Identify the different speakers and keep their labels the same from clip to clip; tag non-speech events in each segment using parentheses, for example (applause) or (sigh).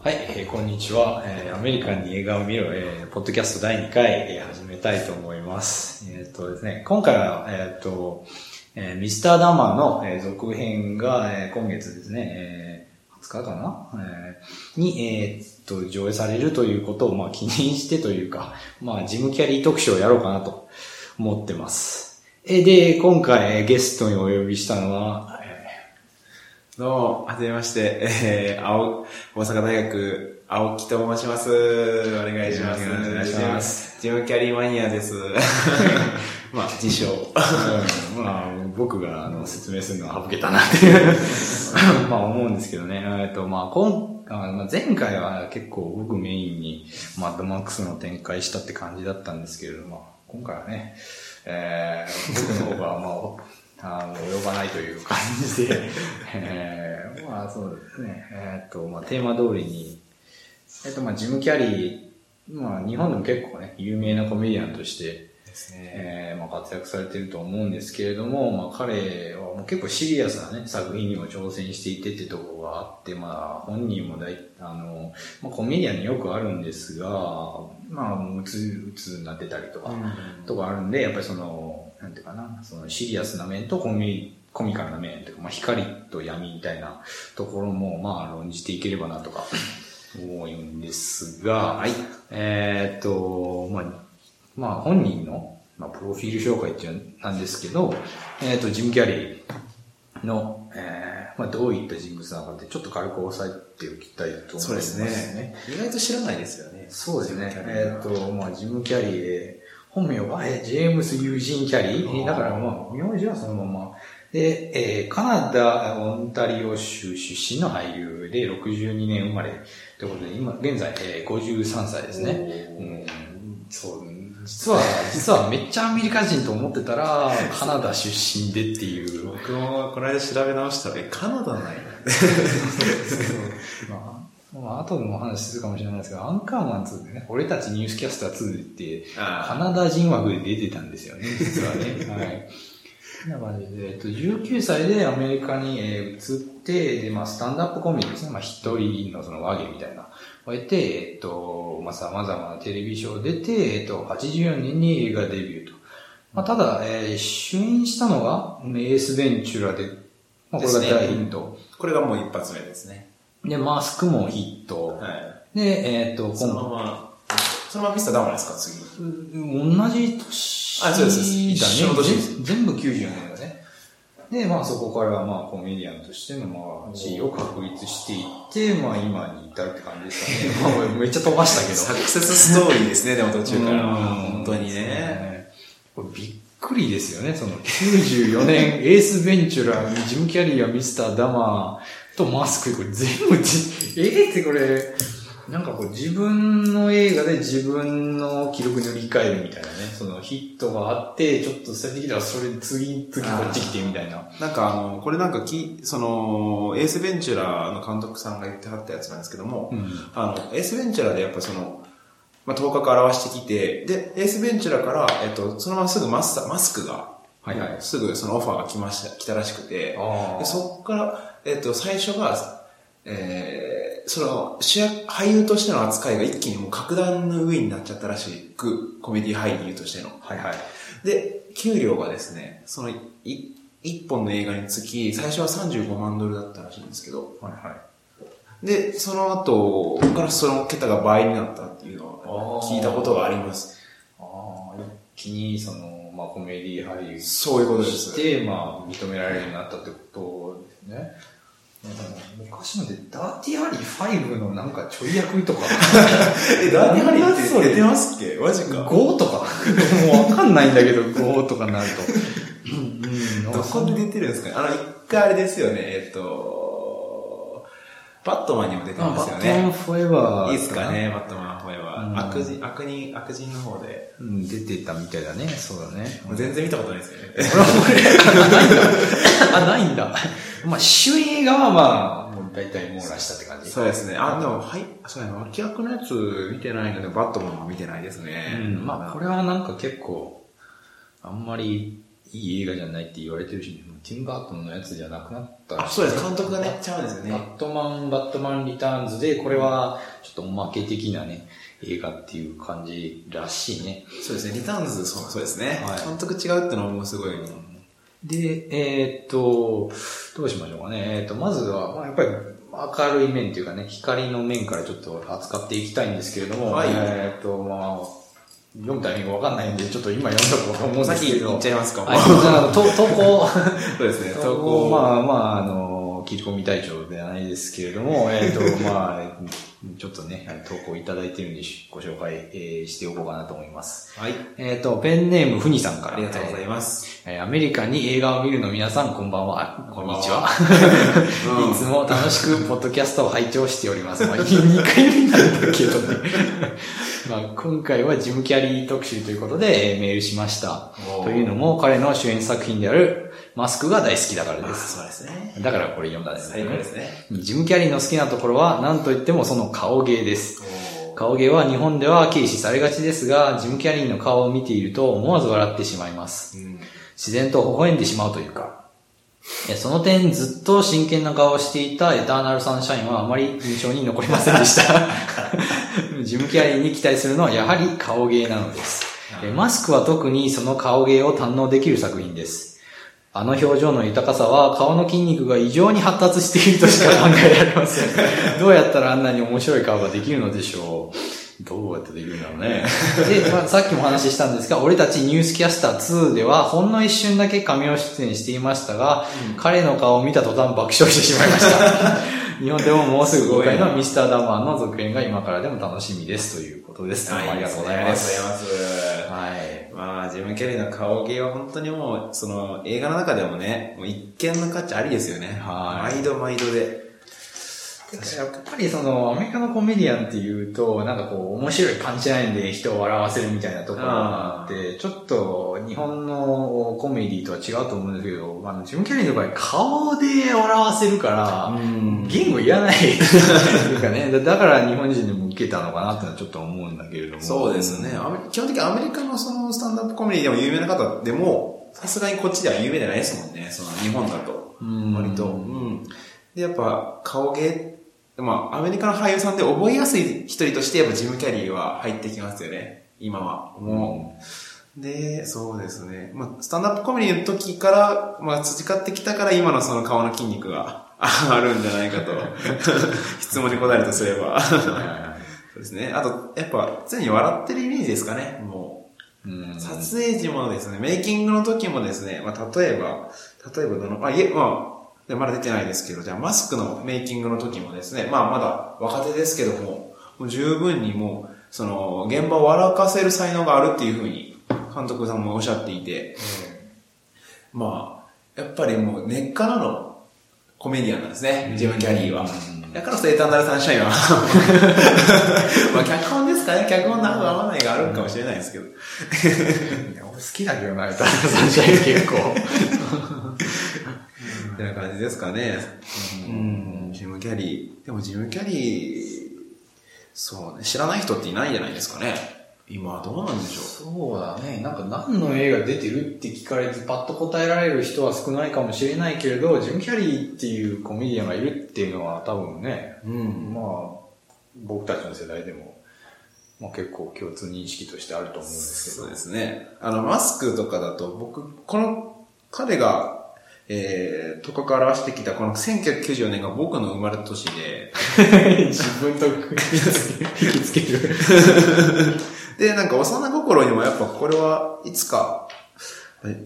Speaker 1: はい、えーこんにちは、えーアメリカンに映画を見ろ、えーポッドキャスト第2回、えー始めたいと思います。えーっとですね、今回は、えーっと、えーミスターダーマーの、えー続編が、えー今月ですね、えー20日かな、えーに、えーっと、上映されるということを、まあ、記念してというか、まあ、ジム・キャリー特集をやろうかなと思ってます。えーで、今回、えーゲストにお呼びしたのは、えー
Speaker 2: どうも、はじめまして、えー、青、大阪大学、青木と申します。お願いします。
Speaker 1: よろしくお願いします
Speaker 2: ジム。ジムキャリーマニアです。まあ、自称。
Speaker 1: うん (laughs) まあ、僕があの説明するのは省けたなっていう、 (laughs) まあ思うんですけどね。えっと、まあ、今あまあ前回は結構僕メインにマッドマックスの展開したって感じだったんですけれども、今回はね、えー、僕の方が、まあお、あの、及ばないという感じ (laughs) で、えー、まあそうですね。えっと、まあテーマ通りに、えっと、まあジム・キャリー、まあ日本でも結構ね、有名なコメディアンとして、
Speaker 2: です。
Speaker 1: えーまあ、活躍されてると思うんですけれども、まあ、彼はもう結構シリアスな、ね、作品にも挑戦していてってところがあって、まあ、本人もだいあの、まあ、コメディアンによくあるんですが、まあ、うつうつになってたりとか、とかあるんで、やっぱりその、なんていうかな、そのシリアスな面とコミコミカルな面というか、まあ、光と闇みたいなところも、まあ、論じていければなとか、思うんですが、はい。えーっと、まあ、まあ、本人の、まあ、プロフィール紹介っていうなんですけど、えーっと、ジム・キャリーの、えーまあ、どういった人物なのかって、ちょっと軽く押さえておきたいと思います
Speaker 2: そうですね。意外と知らないですよね。
Speaker 1: そうですね
Speaker 2: ジ。ムキャリー
Speaker 1: えっ、と、まあ、ジム・キャリーで、本名は、え、ジェームス・ユージン・キャリー。
Speaker 2: あー
Speaker 1: だから、まあ、名字はそのまま。で、えーカナダ、オンタリオ州出身の俳優で、62年生まれ。ということで、今、現在、えー53歳ですね。うん、そう、実は、実はめっちゃアメリカ人と思ってたら、カナダ出身でっていう。
Speaker 2: 僕も、この間調べ直したら、え、カナダなんや。 (laughs)
Speaker 1: まあ、まあ後でもお話しするかもしれないですけど、アンカーマン2でね、俺たちニュースキャスター2って、カ
Speaker 2: あ
Speaker 1: ナダ人枠で出てたんです
Speaker 2: (laughs)
Speaker 1: よね、実はね。はい。そんな感じで、えっと、19歳でアメリカに、えー移って、で、まあ、スタンダップコメディですね。まあ、一人のその和芸みたいな。を得て、えっと、まあ、様々なテレビショーを出て、えっと、84年に映画デビューと。まあ、ただ、えー主演したのが、エース・ベンチュラで、まあ、これが大ヒント。
Speaker 2: これがもう一発目ですね。
Speaker 1: で、マスクもヒット。
Speaker 2: はい。
Speaker 1: で、えっと、
Speaker 2: そ
Speaker 1: 今
Speaker 2: の
Speaker 1: 度
Speaker 2: まま、そのままミスターダーマンですか、次。
Speaker 1: うん同じ年だ
Speaker 2: あ
Speaker 1: ね。
Speaker 2: そうです一緒の年です
Speaker 1: 全全部90年だね。で、まあそこからまあコメディアンとしてのまあ地位を確立していって、まあ今に至るって感じです
Speaker 2: (laughs)
Speaker 1: かね。まあ俺めっちゃ飛ばした
Speaker 2: サ
Speaker 1: け
Speaker 2: クセスストーリーですね、でも途
Speaker 1: ど。
Speaker 2: 中から。
Speaker 1: うん
Speaker 2: 本当にね。。
Speaker 1: そうこれびっくりですよね。その94年、
Speaker 2: (laughs)
Speaker 1: エース・ベンチュラー、ジム・キャリア、ミスター・ダマーとマスク、これ全部じ、えー、ってこれ、なんかこう自分の映画で自分の記録塗り替えるみたいなね、そのヒットがあって、ちょっと最適だからそれ次、次こっち来てみたいな。
Speaker 2: なんかあの、これなんかき、その、エースベンチュラーの監督さんが言ってはったやつなんですけども、
Speaker 1: うん。
Speaker 2: あの、エースベンチュラーでやっぱその、まあ、頭角を表してきて、で、エースベンチュラーから、えっと、そのまますぐマスター、マスクが、
Speaker 1: はいはい
Speaker 2: すぐそのオファーが来ました、来たらしくて、
Speaker 1: ああ。
Speaker 2: でそっから、えっと、最初が、えー、その、主役、俳優としての扱いが一気にもう格段の上になっちゃったらしく、コメディ俳優としての。
Speaker 1: はいはい。
Speaker 2: で、給料がですね、その、い、一本の映画につき、最初は35万ドルだったらしいんですけど、
Speaker 1: はいはい。
Speaker 2: で、その後、ここからその桁が倍になったっていうのを
Speaker 1: あー
Speaker 2: 聞いたことがあります。
Speaker 1: ああ、一気にその、まあコメディ俳優
Speaker 2: そういうことで
Speaker 1: し
Speaker 2: す。
Speaker 1: て、まあ、認められるようになったってことですね。昔ので、ダーティーハリー5のなんかちょい役と (laughs) か、
Speaker 2: え、ダーニハリーって出てますっけマジか。
Speaker 1: 5とか、もうわかんないんだけど、5とかになると。うん
Speaker 2: どこで出てるんですかねあの、一回あれですよね、えっと、バットマンにも出て
Speaker 1: あ
Speaker 2: ますよ
Speaker 1: バトン
Speaker 2: ね。
Speaker 1: フォーエバー。
Speaker 2: いいっすかね、バットマンフォーエバ
Speaker 1: うん
Speaker 2: ー。悪人、悪人、悪人の方で。
Speaker 1: うん。出てたみたいだね。そうだね。
Speaker 2: も
Speaker 1: (laughs)
Speaker 2: う全然見たことないですよね。
Speaker 1: あ、ないんだ。まあ、主演映画はまあ、もう大体網羅したって感じ。
Speaker 2: そうですね。あ、でも、はい、そうやな、脇役のやつ見てないので、バットマンも見てないですね。
Speaker 1: うん、まあこれはなんか結構、あんまりいい映画じゃないって言われてるしね、ティム・バートンのやつじゃなくなった
Speaker 2: あ、そうです。監督がね、ちゃうんですよ
Speaker 1: バ
Speaker 2: ね。
Speaker 1: ットマン、バットマンリターンズで、これはちょっとおまけ的なね、映画っていう感じらしいね。
Speaker 2: そうですね。リターンズ、そうそうですね。
Speaker 1: はい
Speaker 2: 監督違うってのもすごい。
Speaker 1: で、えーっと、どうしましょうかね。えーっと、まずは、まあ、やっぱり明るい面というかね、光の面からちょっと扱っていきたいんですけれども、
Speaker 2: はい
Speaker 1: えーっと、まあ、読むタイミングわかんないんで、ちょっと今読んだと思うんで
Speaker 2: さっ
Speaker 1: す
Speaker 2: き
Speaker 1: け
Speaker 2: 言
Speaker 1: ど
Speaker 2: っち。ゃいますか。
Speaker 1: はいじゃあ、と投稿。
Speaker 2: そうですね。
Speaker 1: 投
Speaker 2: (laughs) 投
Speaker 1: 稿
Speaker 2: 稿、
Speaker 1: ま
Speaker 2: まあ、
Speaker 1: (laughs) あまあ、あの、切り込み隊長ではないですけれど
Speaker 2: (laughs)
Speaker 1: も、えっ、と、まあ、ちょっとね、投稿いただいてるんでしご紹介、えーしておこうかなと思います。
Speaker 2: はい。
Speaker 1: えっ、と、ペンネームふにさんから。
Speaker 2: ありがとうござい
Speaker 1: す。
Speaker 2: ます。
Speaker 1: えーアメリカに映画を見るの皆さん、こんばんは。こんにちは。(laughs)
Speaker 2: うん
Speaker 1: いつも楽し
Speaker 2: (laughs)
Speaker 1: くポッドキャストを拝聴しております。まあ、2回目なんだけどね。 (laughs) まあ、今回はジム・キャリー特集ということで、えーメールしました。
Speaker 2: おー
Speaker 1: というのも、彼の主演作品である、マスクが大好きだからです。
Speaker 2: そうですね。
Speaker 1: だからこれ読んだんです
Speaker 2: 最
Speaker 1: ね
Speaker 2: 高ですね。
Speaker 1: ジム・キャリーの好きなところは、なんといってもその顔芸です。顔芸は日本では軽視されがちですが、ジム・キャリーの顔を見ていると思わず笑ってしまいます。
Speaker 2: うん
Speaker 1: 自然と微笑んでしまうというか。えその点、ずっと真剣な顔をしていたエターナルサンシャインはあまり印象に残りませんでした。ジム・キャリーに期待するのはやはり顔芸なのです。えマスクは特にその顔芸を堪能できる作品です。あの表情の豊かさは顔の筋肉が異常に発達しているとしか考えられませ (laughs) ん。どうやったらあんなに面白い顔ができるのでしょう。どうやってできるんだろうね。で、まあ、さっきもお話ししたんですが、俺たちニュースキャスター2ではほんの一瞬だけ仮を出演していましたが、彼の顔を見た途端爆笑してしまいま (laughs) した。日本でももうすぐ公開のミスターダーマンの続編が今からでも楽しみですということです。どうもありがとうございま
Speaker 2: あり
Speaker 1: す。
Speaker 2: がとうございます。
Speaker 1: はい。
Speaker 2: まあ、ジム・キャリーの顔芸は本当にもう、その、映画の中でもね、もう一見の価値ありですよね。
Speaker 1: はい
Speaker 2: 毎度毎度で。
Speaker 1: やっぱりその、アメリカのコメディアンっていうと、なんかこう、面白いパンチラインで人を笑わせるみたいなところがあって、ちょっと日本のコメディとは違うと思うんですけど、あの、ジム・キャリーの場合、顔で笑わせるから、
Speaker 2: ん
Speaker 1: 言語いらないっていうか (laughs) ね、だだから日本人にも受けたのかなってのはちょっと思うんだけれども。
Speaker 2: そうですね。アメ基本的にアメリカのそのスタンダップコメディでも有名な方でも、さすがにこっちでは有名じゃないですもんね。その日本だと。
Speaker 1: うん
Speaker 2: 割と。うん。で、やっぱ顔芸、まあ、アメリカの俳優さんで覚えやすい一人として、やっぱジム・キャリーは入ってきますよね。今は。
Speaker 1: (laughs)
Speaker 2: もう。で、そうですね。まあ、スタンダップコメディの時から、まあ、培ってきたから今のその顔の筋肉が (laughs) あるんじゃないかと。 (laughs) 質問に答えるとすれば。そうですね。あと、やっぱ、常に笑ってるイメージですかね。も
Speaker 1: うん
Speaker 2: う、撮影時もですね、メイキングの時もですね、まあ、例えば、例えばどの、あ、いえ、まあ、でまだ出てないですけど、じゃあ、マスクのメイキングの時もですね、まあ、まだ若手ですけども、もう十分にもう、その、現場を笑かせる才能があるっていうふうに、監督さんもおっしゃっていて、まあ、やっぱりもう根っからのコメディアンなんですね、ジム・キャリーは。
Speaker 1: うん
Speaker 2: だからそうエタンダルサンシャインは。 (laughs) まあ、脚本ですかね脚本の合う合わないがあるかもしれないですけど。
Speaker 1: いや俺好きだけどな、歌サンシャイン結 (laughs) 構。
Speaker 2: みたいな感じですかね。うん、ジム・キャリー。でもジム・キャリー、そうね、知らない人っていないんじゃないですかね。今はどうなんでしょう。
Speaker 1: そうだね。なんか何の映画出てるって聞かれてパッと答えられる人は少ないかもしれないけれど、ジム・キャリーっていうコメディアンがいるっていうのは多分ね、
Speaker 2: うん。
Speaker 1: まあ、僕たちの世代でも、まあ結構共通認識としてあると思うんですけ
Speaker 2: そ
Speaker 1: ど。
Speaker 2: うですね。あの、マスクとかだと、僕、この、彼が、えー、とかからしてきたこの1994年が僕の生まれた年で、
Speaker 1: (laughs) 自分と引きつける。
Speaker 2: で、なんか幼心にもやっぱこれはいつか、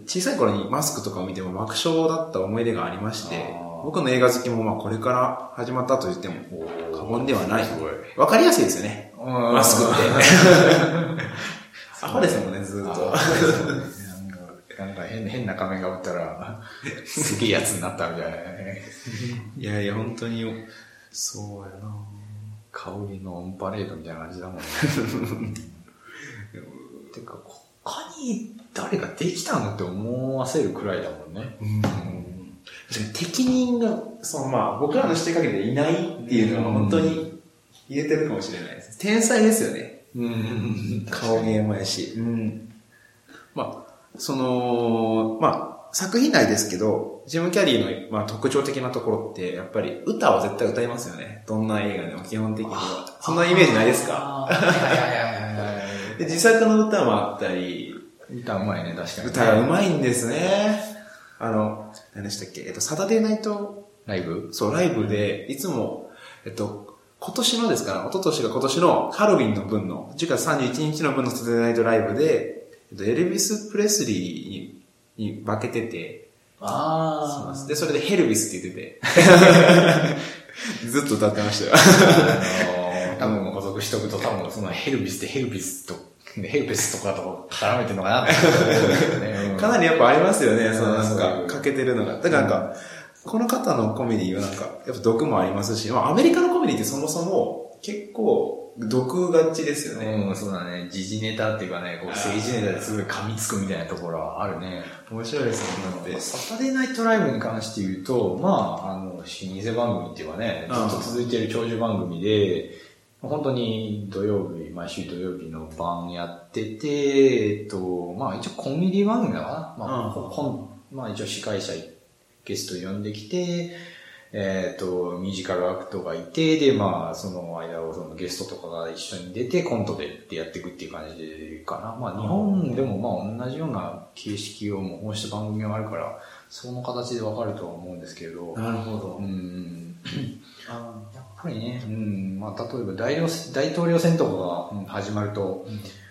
Speaker 2: 小さい頃にマスクとかを見ても爆笑だった思い出がありまして
Speaker 1: あー、
Speaker 2: 僕の映画好きもまあこれから始まったと言っても過言ではない
Speaker 1: すごい。
Speaker 2: わかりやすいですよね。マ
Speaker 1: マ (laughs)
Speaker 2: スクって。アホですもんね、ずっ
Speaker 1: あー
Speaker 2: と。
Speaker 1: なんかなんか変変な仮面がぶったら、すげえやつになったみたいなね。
Speaker 2: いやいや、本当に、そうやな
Speaker 1: 顔芸のオンパレードみたいな感じだもんね。てか、他に誰ができたのって思わせるくらいだもんね。
Speaker 2: うん確かに適任が、そのまあ、僕らのしてかけていないっていうのは本当に言えてるかもしれないです。天才ですよね。
Speaker 1: うん
Speaker 2: 顔芸もやし。うん。まあ、その、まあ、作品内ですけど、ジム・キャリーの、まあ、特徴的なところって、やっぱり歌は絶対歌いますよね。どんな映画でも基本的には。そんなイメージないですか
Speaker 1: あーはいはいはいはいはい
Speaker 2: で自作の歌もあったり、
Speaker 1: 歌うまいね、確かに。
Speaker 2: 歌がうまいんですね。あの、何でしたっけえっと、サタデーナイト、
Speaker 1: ライブ
Speaker 2: そう、ライブで、いつも、えっと、今年のですかね、一昨年が今年のハロウィンの分の、10月31日の分のサタデーナイトライブで、えっと、エルビス・プレスリーにに化けてて、そうなん
Speaker 1: あ
Speaker 2: です
Speaker 1: あ。
Speaker 2: で、それでヘルビスって言 (laughs) ってて、ずっと歌ってましたよ。
Speaker 1: あ (laughs) の、多分補足しとくと多分そのヘルビスってヘルビスと、ヘルビスとかと絡めてるのかなって思うんだよね、
Speaker 2: (laughs) かなりやっぱありますよね、
Speaker 1: ん
Speaker 2: そのなん
Speaker 1: そう
Speaker 2: か、欠けてるのが。だからなんか、この方のコメディはなんか、やっぱ毒もありますし、まあアメリカのコメディってそもそも結構毒がちですよね。
Speaker 1: うん、そうだね。時事ネタっていうかね、こう政治ネタですごい噛みつくみたいなところはあるね。
Speaker 2: 面白いですね、だって
Speaker 1: で、。サタデーナイトライブに関して言うと、まあ、あの、老舗番組っていうかね、ずっと続いてる長寿番組で、本当に土曜日、毎週土曜日の晩やってて、えっと、まあ一応コメディ番組だかな。まあ、
Speaker 2: うん
Speaker 1: ほほんまあ一応司会者ゲスト呼んできて、えっ、と、ミュージカルアクトがいて、で、まあ、その間をそのゲストとかが一緒に出て、コントでってやっていくっていう感じかな。まあ、日本でもまあ、同じような形式を模倣した番組はあるから、その形でわかるとは思うんですけど、
Speaker 2: なるほど
Speaker 1: う。ん、
Speaker 2: あ
Speaker 1: やっぱりね、うん、まあ、例えば大領大統領選とかがうん始まると、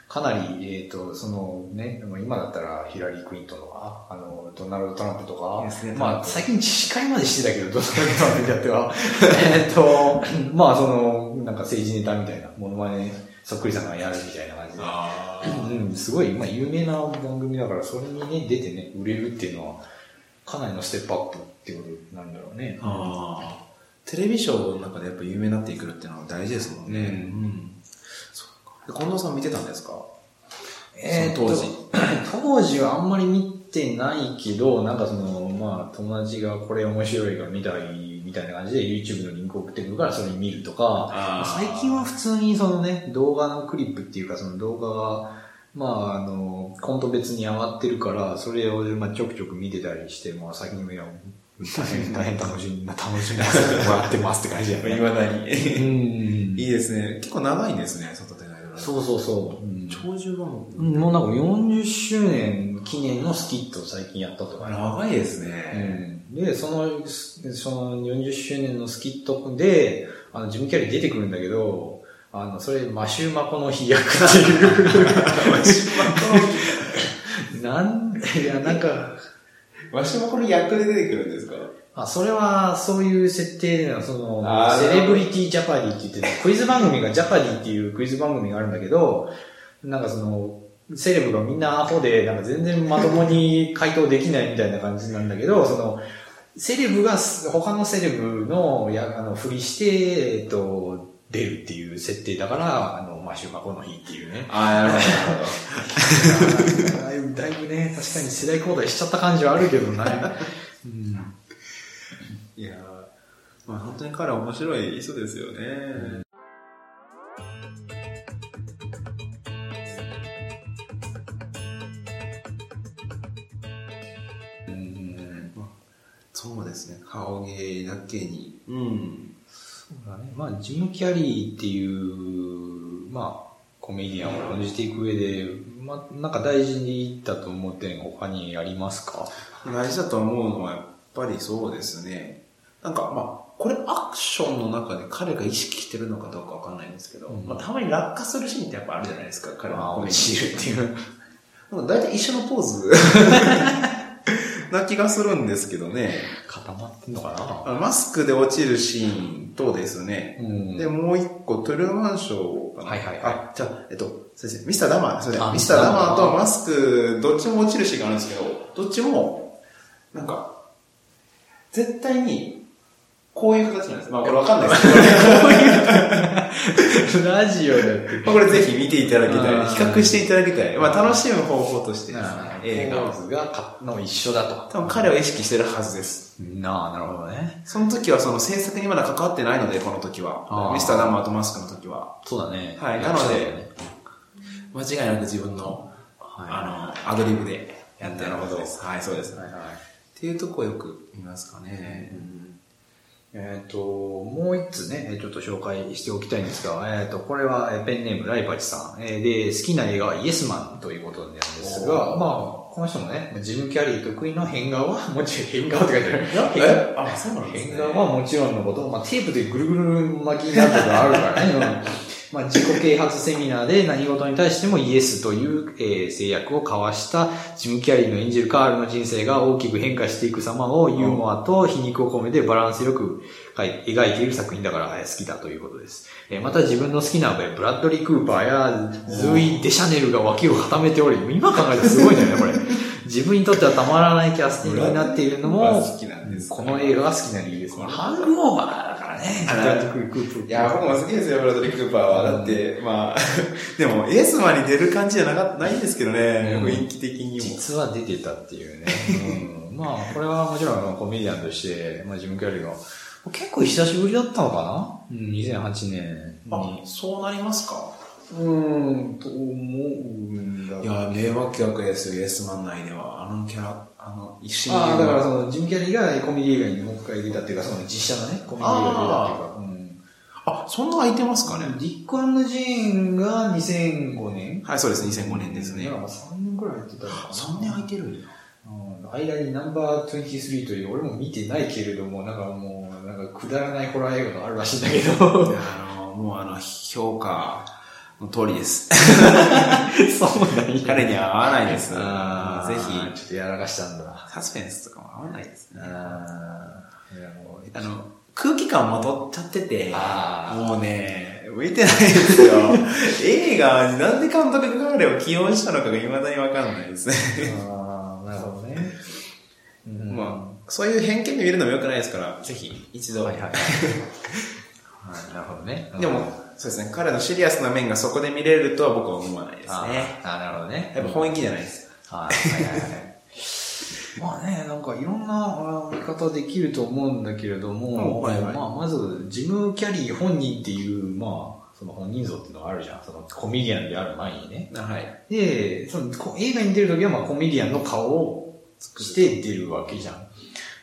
Speaker 1: かなり、えっ、と、そのね、もう今だったらヒラリー・クリントンとか、あの、ドナルド・トランプとか、
Speaker 2: いいですねトラ
Speaker 1: ま
Speaker 2: ン
Speaker 1: あ、
Speaker 2: プ
Speaker 1: 最近司会までしてたけど、ドナルド・トランプに至って (laughs) は。えっと、まあ、その、なんか政治ネタみたいな、モノマネそっくりさんがやるみたいな感じで。
Speaker 2: あー。
Speaker 1: うん、すごい、まあ、有名な番組だから、それにね、出てね、売れるっていうのは、かなりのステップアップっていうことなんだろうね。
Speaker 2: あーテレビショーの中でやっぱ有名になっていくるっていうのは大事ですもんね。
Speaker 1: うん
Speaker 2: ん。そうか。で近藤さん見てたんですか
Speaker 1: えー、
Speaker 2: その
Speaker 1: 当
Speaker 2: 当
Speaker 1: 時
Speaker 2: 時。
Speaker 1: (clears throat) 当時はあんまり見てないけど、なんかその、まあ、友達がこれ面白いから見たいみたいな感じで YouTube のリンクを送ってくるからそれ見るとか、
Speaker 2: あ
Speaker 1: 最近は普通にそのね、動画のクリップっていうかその動画が、まあ、あの、コント別に上がってるから、それをまあちょくちょく見てたりして、まあ、最近もいや、大変、大変楽しみな、楽しみなさせてもらってますって感じや
Speaker 2: やっぱ (laughs) い
Speaker 1: ね。
Speaker 2: まだに。
Speaker 1: うん。
Speaker 2: いいですね。結構長いんですね、サタデーナイトライブ。
Speaker 1: そうそうそう。うん
Speaker 2: 長寿番組
Speaker 1: うんもうなんか40周年記念のスキットを最近やったとかね。
Speaker 2: 長いです
Speaker 1: う
Speaker 2: (laughs) ね。
Speaker 1: ん、で、その、すその40周年のスキットで、あの、ジム・キャリー出てくるんだけど、あの、それ、マシューマコの飛躍っていう。なん、いや、なんか、
Speaker 2: わしもこれ役で出てくるんですか
Speaker 1: あ、それは、そういう設定での、その
Speaker 2: あ、ー
Speaker 1: セレブリティジャパディって言ってて、クイズ番組がジャパディっていうクイズ番組があるんだけど、なんかその、セレブがみんなアホで、なんか全然まともに回答できないみたいな感じなんだけど、その、セレブがす他のセレブのやあのふりして、えっと、出るっていう設定だから、あの、マシュマコの日っていうね。
Speaker 2: (laughs) ああ、なるほど、なるほ
Speaker 1: だいぶだいぶね、確かに世代交代しちゃった感じはあるけどね。うん
Speaker 2: ど。いやーまあ本当に彼は面白い人ですよね。
Speaker 1: うん
Speaker 2: そうですね。顔芸だけに。うん。
Speaker 1: そうだね。まあ、ジム・キャリーっていう、まあ、コメディアンを論じていく上で、まあ、なんか大事にだと思ってん他にありますか
Speaker 2: 大事だと思うのはやっぱりそうですね。なんかまあ、これアクションの中で彼が意識してるのかどうかわかんないんですけど、
Speaker 1: うん
Speaker 2: まあたまに落下するシーンってやっぱあるじゃないですか、彼のコメディ
Speaker 1: るっていう。 (laughs)
Speaker 2: なんか大体一緒のポーズな気がするんですけどね。
Speaker 1: 固まってんのか
Speaker 2: あのマスクで落ちるシーンとですね。
Speaker 1: なうん。
Speaker 2: で、もう一個、トゥルーマンショーかな。
Speaker 1: はいはいはい
Speaker 2: あ、じゃあ、えっと、先生、ミスターダマー、すいませ
Speaker 1: あ
Speaker 2: ん。ミスターダマー
Speaker 1: ミスターダマ
Speaker 2: とマスク、どっちも落ちるシーンがあるんですけど、どっちも、なんか、絶対に、こういう形なんですよ。まあ、これわかんないですけ
Speaker 1: (laughs)
Speaker 2: ど、
Speaker 1: ラジオだっ
Speaker 2: (laughs)
Speaker 1: て。
Speaker 2: まあこれぜひ見ていただきた
Speaker 1: あ
Speaker 2: い。
Speaker 1: ー
Speaker 2: 比較していただきたい。まあ、楽しむ方法としてですね、映
Speaker 1: 映
Speaker 2: 画を
Speaker 1: 画。がかの一緒だと。
Speaker 2: 多分彼は意識してるはずです。
Speaker 1: なあ、なるほどね。
Speaker 2: その時はその制作にまだ関わってないので、この時
Speaker 1: あ
Speaker 2: は
Speaker 1: ー。
Speaker 2: ミスターダンマーとマスクの時は。
Speaker 1: そうだね。
Speaker 2: はいなので間違いなく自分の、
Speaker 1: はい、
Speaker 2: あの、アドリブでやってる
Speaker 1: なるほど
Speaker 2: です。はい、そうです。
Speaker 1: はいはい。
Speaker 2: っていうとこよく見ますかね。
Speaker 1: えっ、と、もう一つね、えーちょっと紹介しておきたいんですが、えっ、と、これはえーペンネームライパチさん。えーで、好きな映画はイエスマンということなんですが、
Speaker 2: おー
Speaker 1: まあ、この人もね、ジム・キャリー得意の変顔は、もちろん変顔って書いてある。変
Speaker 2: えあ、そうなんですね。
Speaker 1: 変顔はもちろんのこと、まあ、テープでぐるぐる巻きになることがあるからね。うん (laughs) まあ、自己啓発セミナーで何事に対してもイエスという、えー制約を交わしたジム・キャリーの演じるカールの人生が大きく変化していく様をユーモアと皮肉を込めてバランスよくはい描いている作品だからはい好きだということです。えーまた自分の好きなブラッドリー・クーパーやズーイ・デシャネルが脇を固めており、今考えるとすごいんだよね、これ。自分にとってはたまらないキャスティングになっているのも、
Speaker 2: 好きなんです。
Speaker 1: この映画が好きな理由です。これハングオーバーだからね。
Speaker 2: あ
Speaker 1: ブラッドリー・クーパー。
Speaker 2: いや、僕も好きですよ、ブラッドリー・クーパーは。だって、まあ、 (laughs) でも、エースマンに出る感じじゃなかないんですけどね、
Speaker 1: うん
Speaker 2: 雰囲気的にも。
Speaker 1: 実は出てたっていう (laughs) ね。うん、まあ、これはもちろんあのコメディアンとして、まあ、ジム・キャリーが、結構久しぶりだったのかなうん、2008年に。
Speaker 2: そうなりますか
Speaker 1: うん、と思うんだ
Speaker 2: いや、迷惑客ですよ、イエスマン内では。あのキャラ、あの、一心
Speaker 1: ああ、だからその、ジム・キャリーがコメディ映画にもう一回出たっていうか、その実写のね、コメディ映画に出たっていうか、うん。
Speaker 2: あ、そんな空いてますかね
Speaker 1: ディックジーンが2005年
Speaker 2: はい、そうです、2005年ですね
Speaker 1: だ。から3年くらいやってたのかな。
Speaker 2: 3年空いてるんだ。
Speaker 1: うん間にナンバー23という、俺も見てないけれども、なんかもう、なんかくだらないホラー映画があるらしいんだけど。
Speaker 2: あの、もうあの、評価の通りです。
Speaker 1: (laughs) そうなんや
Speaker 2: 彼には合わないです。ぜ
Speaker 1: あー
Speaker 2: ひ、
Speaker 1: ちょっとやらかしたんだ。
Speaker 2: サスペンスとかも合わないですね。
Speaker 1: あーいやもう
Speaker 2: あの、空気感もとっちゃってて、
Speaker 1: あー
Speaker 2: もうね、向いてないですよ。 (laughs) 映画になんで監督が彼を起用したのかが未だにわかんないですね。
Speaker 1: あー、なるほどね。うん
Speaker 2: まあ、そういう偏見で見るのも良くないですから、ぜひ、一度。
Speaker 1: (laughs) はいはい。はいなるほどね。
Speaker 2: でも、そうですね、彼のシリアスな面がそこで見れるとは僕は思わないです
Speaker 1: あ
Speaker 2: ね。
Speaker 1: ーあー、なるほどね。
Speaker 2: やっぱ本気じゃないです。
Speaker 1: はいはいはいはい。まあね、なんかいろんなあ見方できると思うんだけれども、
Speaker 2: はいはい
Speaker 1: まあまず、ジム・キャリー本人っていう、まあ、その本人像っていうのがあるじゃん。そのコメディアンである前にね。
Speaker 2: はい。
Speaker 1: で、そのこ映画に出るときはまあコメディアンの顔をして出るわけじゃん。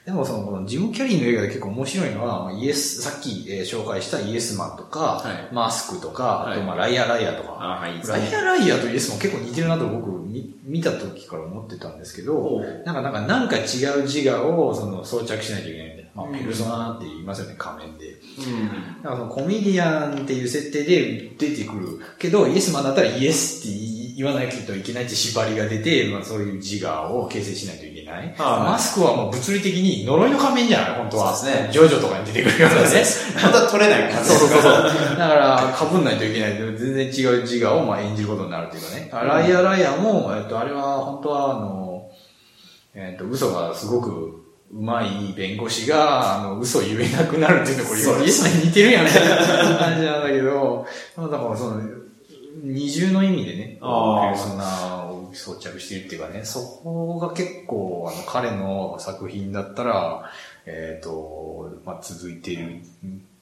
Speaker 1: でもその、このジム・キャリーの映画で結構面白いのは、まあイエス、さっき、えー紹介したイエスマンとか、
Speaker 2: はい
Speaker 1: マスクとか、あと
Speaker 2: はい
Speaker 1: まあライアーライアーとか、
Speaker 2: あ、はい、いいです
Speaker 1: ライ
Speaker 2: ね。
Speaker 1: アーライアーとイエスも結構似てるなと僕見見た時から思ってたんですけど、なんかなんかなんか違う自我をその装着しないといけないみたいな。まあ、
Speaker 2: うん
Speaker 1: ペルソナって言いますよね、仮面で。
Speaker 2: うん。
Speaker 1: なんかそのコメディアンっていう設定で出てくるけど、イエスマンだったらイエスって言わなきゃいけないって縛りが出て、まあそういう自我を形成しないといけない。
Speaker 2: はい
Speaker 1: マスクはもう物理的に呪いの仮面じゃない本当は。
Speaker 2: そうですね
Speaker 1: ジョジョとかに出てくるようなね。
Speaker 2: (laughs) また取れない感じ
Speaker 1: そうそうそうそう。だから、被んないといけない。全然違う自我をまあ演じることになるというかね。ライアーライアーも、えっと、あれは本当は、あの、えっと、嘘がすごく、うまい弁護士が、あの、嘘を言えなくなるっていうとこ
Speaker 2: そう
Speaker 1: ろ、イエスマンに似てるやんみたいな感じなんだけど、まあだからその、二重の意味でね、
Speaker 2: あ
Speaker 1: ペ
Speaker 2: ー
Speaker 1: ルソナを装着しているっていうかね、そこが結構、あの、彼の作品だったら、えっ、と、まあ、続いている、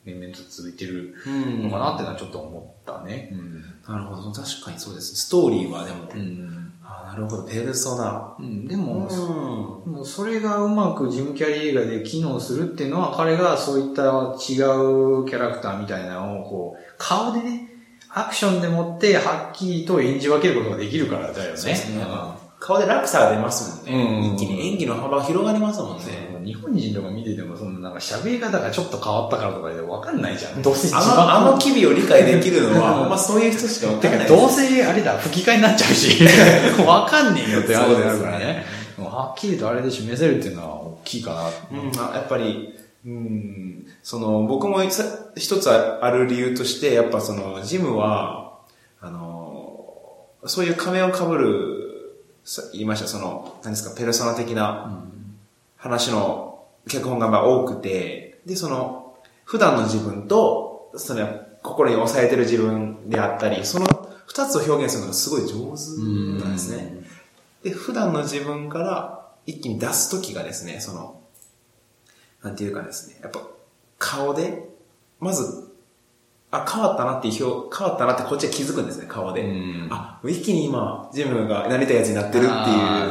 Speaker 1: 年々と続いてる
Speaker 2: うん。
Speaker 1: のかなってのはちょっと思ったね。うん。
Speaker 2: なるほど、確かにそうです。ストーリーはでも、
Speaker 1: うん。
Speaker 2: あなるほど、ペルソナ。
Speaker 1: でも、
Speaker 2: ん。
Speaker 1: もうそれがうまくジム・キャリー映画で機能するっていうのは、彼がそういった違うキャラクターみたいなのを、こう、顔でね、アクションでもって、はっきりと演じ分けることができるからだよね。
Speaker 2: そうですね顔で落差が出ますもんね。
Speaker 1: うん
Speaker 2: 一気に演技の幅が広がりますもんね。
Speaker 1: うん日本人とか見てても、そのなんか喋り方がちょっと変わったからとかでわかんないじゃん。どうせ一番
Speaker 2: あの、あの機微を理解できるの
Speaker 1: (laughs)
Speaker 2: は、ほんまそういう人しかわか
Speaker 1: て
Speaker 2: んな
Speaker 1: か、
Speaker 2: い。
Speaker 1: どうせあれだ、吹き替えになっちゃう
Speaker 2: (laughs)
Speaker 1: し、わかんねえよって話になるから
Speaker 2: そうで
Speaker 1: ね。もうはっきりとあれで示せるっていうのは大きいかな。
Speaker 2: うん、あやっぱり、うん、その、僕もさ一つある理由として、やっぱその、ジムは、あの、そういう仮面を被る、さ言いました、その、何ですか、ペルソナ的な話の脚本がまあ多くて、で、その、普段の自分と、その、心に抑えてる自分であったり、その二つを表現するのがすごい上手なんですね。で、普段の自分から一気に出すときがですね、その、なんていうかですね、やっぱ、顔で、まず、あ、変わったなっていう表、変わったなってこっちは気づくんですね、顔で。
Speaker 1: ん
Speaker 2: あ、一気に今、ジムが慣れたやつになってるっていう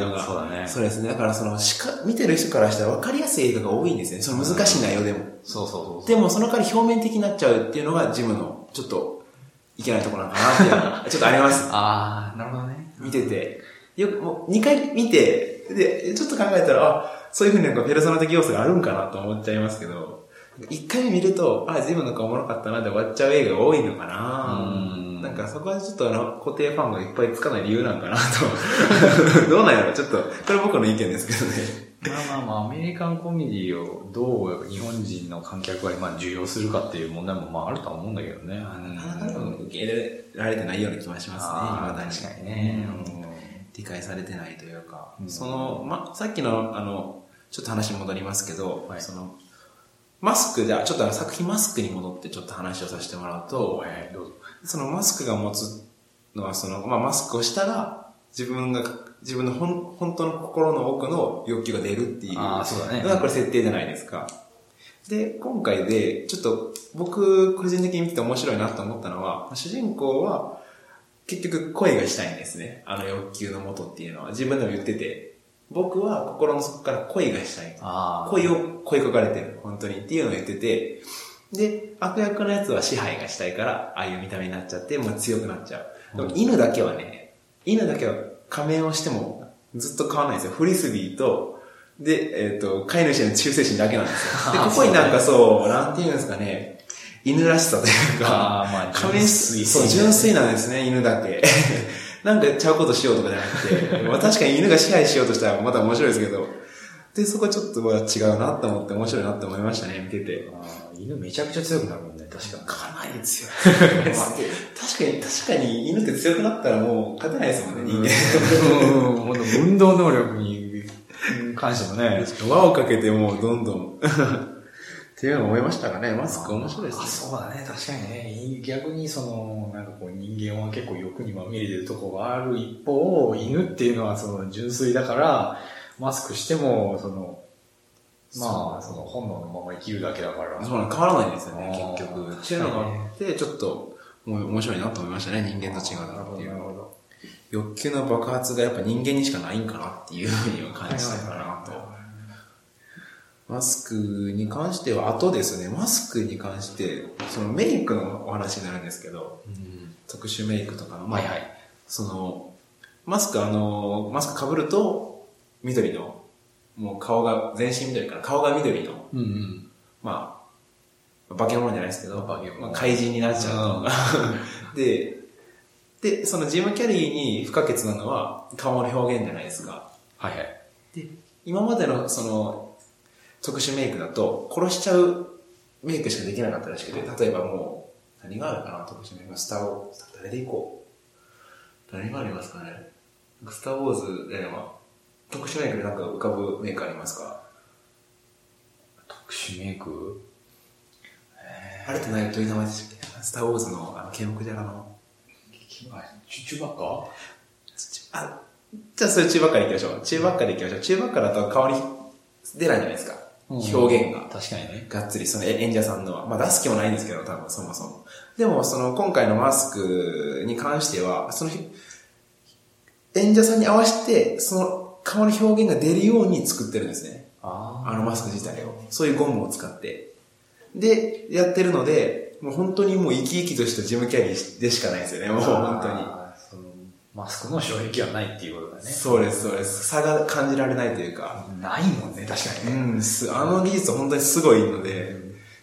Speaker 2: のが。
Speaker 1: そうだね。
Speaker 2: そうですね。だからその、しか、見てる人からしたら分かりやすい映画が多いんですね。その難しい内容でも。
Speaker 1: そうそうそう
Speaker 2: でもその代わり表面的になっちゃうっていうのがジムの、ちょっと、いけないところなのかなっていうのが、ちょっとあります。
Speaker 1: ああ、なるほどね。
Speaker 2: 見てて。よく、もう2回見て、で、ちょっと考えたら、あ、そういうふうになんかペルソナ的要素があるんかなと思っちゃいますけど、1回目見ると、あ、ジムの顔おもろかったなで終わっちゃう映画が多いのかな
Speaker 1: うん
Speaker 2: なんかそこはちょっとあの、固定ファンがいっぱいつかない理由なんかな (laughs) と。どうなんやろちょっと、これ僕の意見ですけどね。
Speaker 1: まあまあまあ、アメリカンコメディをどう日本人の観客がまあ重要するかっていう問題もまああるとは思うんだけどね。
Speaker 2: なかなか受け入れられてないような気はし
Speaker 1: あ
Speaker 2: ます
Speaker 1: ー
Speaker 2: ね、未だ
Speaker 1: 確かにね。
Speaker 2: うん理解されてないというか、
Speaker 1: うん
Speaker 2: その、ま、さっきの、あの、ちょっと話戻りますけど、
Speaker 1: はい
Speaker 2: その、マスクで、あちょっとあの作品マスクに戻ってちょっと話をさせてもらうと、
Speaker 1: はいどうぞ。
Speaker 2: そのマスクが持つのは、その、まあ、マスクをしたら、自分が、自分のほん本当の心の奥の欲求が出るっていう。
Speaker 1: ああ、そうだね。
Speaker 2: がこれ設定じゃないですか。で、今回で、ちょっと僕個人的に見てて面白いなと思ったのは、主人公は結局恋がしたいんですね。あの欲求のもとっていうのは自分でも言ってて、僕は心の底から恋がしたい。
Speaker 1: ああ。
Speaker 2: 恋を、恋こかれてる、本当にっていうのを言ってて、で、悪役のやつは支配がしたいから、ああいう見た目になっちゃって、もう強くなっちゃう。でも犬だけはね、犬だけは仮面をしてもずっと変わらないんですよ。フリスビーと、で、えっ、と、飼い主への忠誠心だけなんですよ。で、
Speaker 1: あー
Speaker 2: ここになんかそう、なんていうんですかね、犬らしさというか、
Speaker 1: (laughs) ああ、 (laughs) まあ、
Speaker 2: 仮面、そう、
Speaker 1: 純
Speaker 2: 純
Speaker 1: 粋。
Speaker 2: 粋なんですね、犬だけ。 (laughs) なんかちゃうことしようとかじゃなくて、まあ確かに犬が支配しようとしたらまた面白いですけど、で、そこちょっとは違うなと思って面白いなって思いましたね、見てて。
Speaker 1: あー犬めちゃくちゃ強くなるもんね、確か
Speaker 2: かなり強い。 (laughs) 確かに、確かに犬って強くなったらもう勝てないですもんね、人間。
Speaker 1: うん、ほんと運動能力に関しても (laughs) ね。
Speaker 2: (laughs) 輪をかけてもうどんどん。 (laughs) っていうのを思いましたかね。マスク面白いです
Speaker 1: あ、
Speaker 2: ね。
Speaker 1: そうだね、確かにね。逆にその、なんかこう人間は結構欲にまみれてるとこがある一方、犬っていうのはその純粋だから、マスクしても、その、まあ、その本能のまま生きるだけだから。
Speaker 2: そうなの変わらないんですよ
Speaker 1: あー
Speaker 2: ね、結局。っていうのがあって、ちょっと、もう面白いなと思いましたね、人間と違う
Speaker 1: な
Speaker 2: な
Speaker 1: る
Speaker 2: っ
Speaker 1: ほ
Speaker 2: て
Speaker 1: ど、な
Speaker 2: い
Speaker 1: る
Speaker 2: う。
Speaker 1: ほど。
Speaker 2: 欲求の爆発がやっぱ人間にしかないんかなっていうふうには感じたかなと。マスクに関しては、あとですね、マスクに関して、そのメイクのお話になるんですけど、特殊メイクとかの、
Speaker 1: はいはい。
Speaker 2: その、マスク、あの、マスク被ると、緑の、もう顔が、全身緑から、顔が緑の、
Speaker 1: うんうん。
Speaker 2: まあ、化け物じゃないですけど、
Speaker 1: 化け物
Speaker 2: まあ、怪人になっちゃう。で、で、そのジム・キャリーに不可欠なのは、顔の表現じゃないですか。
Speaker 1: はいはい。
Speaker 2: 今までのその特殊メイクだと殺しちゃうメイクしかできなかったらしくて例えばもう何があるかな特殊メイクスター・ウォーズ誰でいこう何がありますかねなんかスター・ウォーズでは特殊メイクでなんか浮かぶメイクありますか
Speaker 1: 特殊メイク
Speaker 2: あれってないという名前でしたっけスター・ウォーズのあの剣幕じゃがの
Speaker 1: チュチュバカ
Speaker 2: あじゃあそれ中ばっかでいきましょう中ばっかでいきましょう中ばっかだと顔に出ないじゃないですか表現が
Speaker 1: 確かにね。
Speaker 2: がっつりそのえ演者さんのは、まあ出す気もないんですけど、多分そもそも。でもその今回のマスクに関しては、そのひ演者さんに合わせて、その顔の表現が出るように作ってるんですね。
Speaker 1: あ
Speaker 2: あのマスク自体を。そういうゴムを使って。で、やってるので、もう本当にもう生き生きとしたジムキャリーでしかないですよね、もう本当に。
Speaker 1: 当に。マスクの障壁はないっていうことだね。
Speaker 2: そうです、そうです。差が感じられないというか。
Speaker 1: ないもんね、確か
Speaker 2: う
Speaker 1: にね。
Speaker 2: ん、すあの技術は本当にすごいので、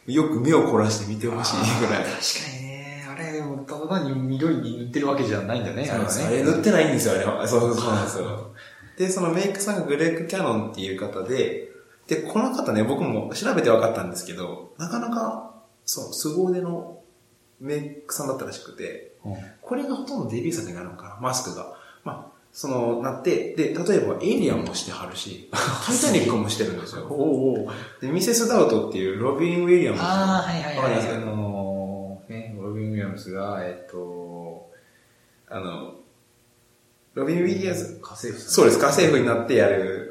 Speaker 2: よく目を凝らして見てほしいぐらい
Speaker 1: あ。ー確かにね。あれ、もうただ単に緑に塗ってるわけじゃないんだね。
Speaker 2: そうなんですよあ
Speaker 1: あ
Speaker 2: れ
Speaker 1: れ
Speaker 2: 塗
Speaker 1: 塗
Speaker 2: っ
Speaker 1: って
Speaker 2: ないんですよ、あれは。そうそうそうなんですよ。で、そのメイクさんがグレッグ・キャノンっていう方で、で、この方ね、僕も調べて分かったんですけど、なかなか、そう、凄腕のメイクさんだったらしくて、これがほとんどデビュー作になるのかな、マスクが。まあ、その、なって、で、例えばエイリアンもしてはる (laughs) し、タイタニックもしてるんですよ。
Speaker 1: おうおう
Speaker 2: で、ミセス・ダウトっていうロビン・ウィリアムズ
Speaker 1: ああ、はいはいはい。
Speaker 2: わかります
Speaker 1: あのー、ね、ロビン・ウィリアムスが、えっと、
Speaker 2: あの、ロビン・ウィリアムズ、
Speaker 1: 家政婦さん
Speaker 2: そうです。家政婦になってやる、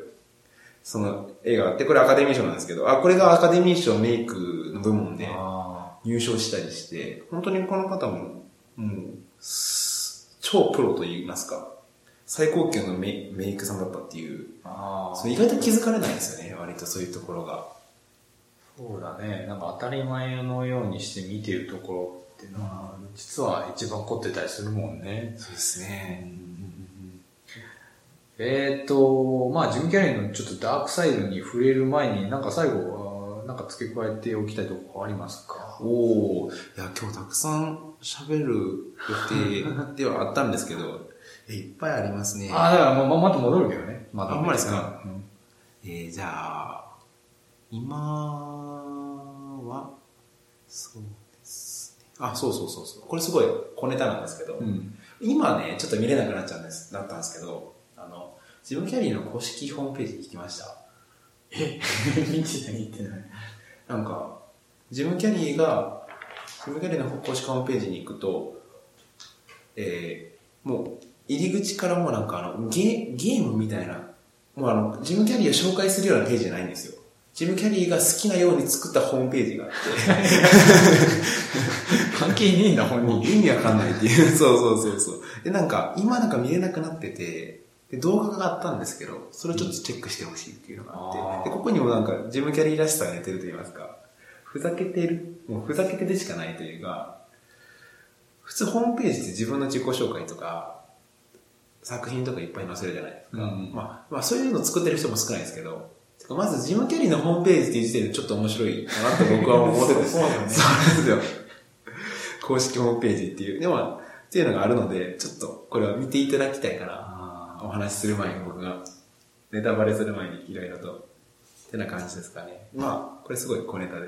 Speaker 2: その映画があって、これアカデミー賞なんですけど、あ、これがアカデミー賞メイクの部門で、
Speaker 1: あ
Speaker 2: 入賞したりして、本当にこの方も、うん、す超プロと言いますか、最高級のメイメイクさんだったっていう、
Speaker 1: あ
Speaker 2: そ
Speaker 1: そう
Speaker 2: 意外と気づかれないんですよね、割とそういうところが。
Speaker 1: うだね。なんか当たり前のようにして見てるところってのは、実は一番凝ってたりするもんね。
Speaker 2: そうですね。
Speaker 1: えっ、と、まあジム・キャリーのちょっとダークサイドに触れる前に、なんか最後、あーなんか付け加えておきたいところありますか
Speaker 2: おおいや、今日たくさん喋る予定ではあったんですけど、えいっぱいありますね。
Speaker 1: ああ、だからまままた戻るけどね。また
Speaker 2: あんまりですか
Speaker 1: うん
Speaker 2: えー、じゃあ、今は、そうですね。あ、そうそうそうそう。これすごい小ネタなんですけど、
Speaker 1: うん。
Speaker 2: 今ね、ちょっと見れなくなっちゃうんです、だったんですけど、あの、ジムキャリーの公式ホームページに行きました。 (laughs)
Speaker 1: 見てない、見てない。
Speaker 2: なんか、ジム・キャリーが、ジム・キャリーの公式ホームページに行くと、えー、もう、入り口からもうなんかあの、ゲゲームみたいな、もうあの、ジム・キャリーを紹介するようなページじゃないんですよ。ジム・キャリーが好きなように作ったホームページがあって、
Speaker 1: 関係ねえんだ、本
Speaker 2: もう
Speaker 1: 人。
Speaker 2: 意味わかんないっていう。 (laughs) そうそうそうそう。で、なんか、今なんか見れなくなってて、で、動画があったんですけど、それをちょっとチェックしてほしいっていうのがあ
Speaker 1: あ
Speaker 2: っ
Speaker 1: ー
Speaker 2: て、で、ここにもなんか、ジムキャリーらしさが出てると言いますか、ふざけてる、もうふざけてでしかないというか、普通ホームページって自分の自己紹介とか、作品とかいっぱい載せるじゃないですか。
Speaker 1: うん
Speaker 2: まあ、まあ、そういうの作ってる人も少ないですけど、てかまずジムキャリーのホームページっていう時点でちょっと面白いかなと僕は思って
Speaker 1: (laughs)
Speaker 2: て
Speaker 1: そうだよね
Speaker 2: そうなんですよ。公式ホームページっていう。でも、っていうのがあるので、ちょっとこれは見ていただきたいから、
Speaker 1: あ
Speaker 2: お話しする前に僕が、ネタバレする前にいろいろと。ってな感じですかね。まあ、これすごい小ネタで。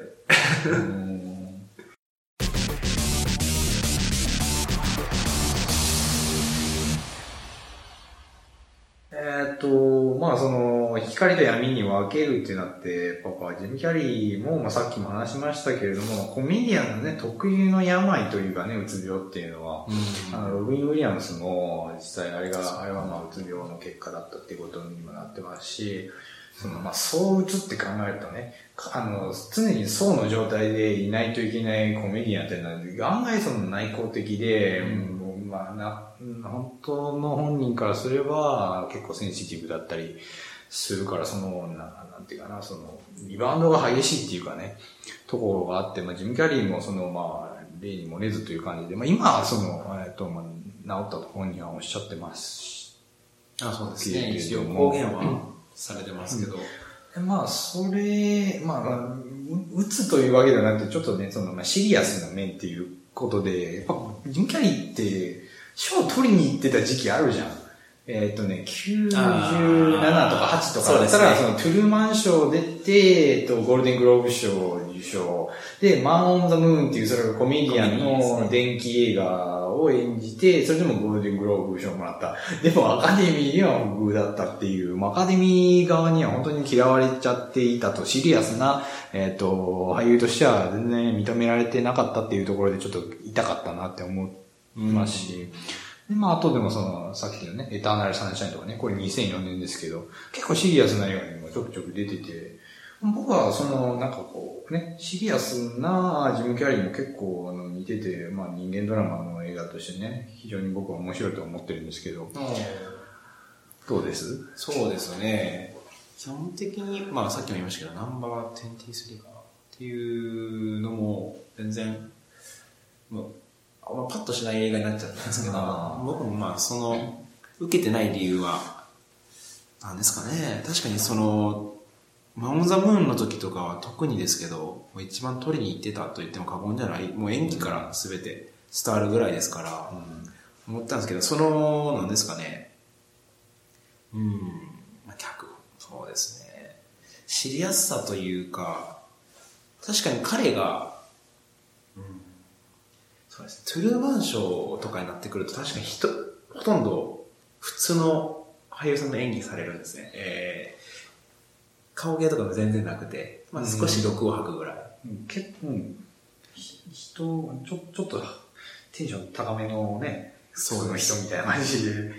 Speaker 1: ーうんえーっと、まあその、光と闇に分けるってなって、パパ、ジム・キャリーも、まあさっきも話しましたけれども、コメディアンのね、特有の病というかね、うつ病っていうのは、あのロビン・ウィリアムスも実際あれが、あれはまあうつ病の結果だったっていうことにもなってますし、そのまあ、そううつって考えるとね、かあの、常にそうの状態でいないといけないコメディアンっていうのは、案外その内向的で、
Speaker 2: うん
Speaker 1: もうまあな、本当の本人からすれば結構センシティブだったりするから、その、ななんていうかな、その、リバウンドが激しいっていうかね、ところがあって、まあ、ジム・キャリーもその、まあ、例に漏れずという感じで、まあ、今はその、えっと、まあ、治ったと本人はおっしゃってますし
Speaker 2: あ、そうです
Speaker 1: い
Speaker 2: ね。
Speaker 1: いです
Speaker 2: 一
Speaker 1: よ
Speaker 2: 応公言はされてますけど。
Speaker 1: でまあ、それ、まあまあ、う打つというわけではなくて、ちょっとね、その、まあ、シリアスな面っていうことで、やっぱ、ジム・キャリーって、賞を取りに行ってた時期あるじゃん。えーっ、とね、97とか
Speaker 2: あー
Speaker 1: 8とかだったら、
Speaker 2: そ
Speaker 1: そうの、トゥルーマン賞出て、えっと、ゴールデングローブ賞優勝。で、マン・オン・ザ・ムーンっていう、それがコメディアンの電気映画を演じて、それでもゴールデングローブ賞もらった。でもアカデミーには不遇だったっていう、まあアカデミー側には本当に嫌われちゃっていたと、シリアスな、えっ、と、俳優としては全然認められてなかったっていうところでちょっと痛かったなって思いますし、で、まあ、あとでもその、さっきのね、エターナルサンシャインとかね、これ2004年ですけど、結構シリアスな映画にもちょくちょく出てて、僕はその、なんかこう、ね、シリアスなジム・キャリーも結構あの似てて、まあ人間ドラマの映画としてね、非常に僕は面白いと思ってるんですけど、どうです
Speaker 2: そうですね。基本的に、まあさっきも言いましたけど、ナンバー23かなっていうのも、全然、もう、あんまパッとしない映画になっちゃったんですけど
Speaker 1: あ、ー
Speaker 2: 僕もまあその、受けてない理由は、なんですかね。確かにその、マン・オン・ザ・ムーンの時とかは特にですけど、もう一番取りに行ってたと言っても過言じゃない、もう演技から全て伝わるぐらいですから、思ったんですけど、その、なんですかね。うん。まあ、脚本。そうですね。知りやすさというか、確かに彼が、そうですね。トゥルーマンショーとかになってくると、確かに人、ほとんど普通の俳優さんの演技されるんですね。えー、顔芸とかも全然なくて、まあ少し毒を吐くぐらい。
Speaker 1: うん結構、ひ人、ちょ、ちょっと、テンション高めのね、
Speaker 2: そう
Speaker 1: 普通の人みたいな感じで。
Speaker 2: うん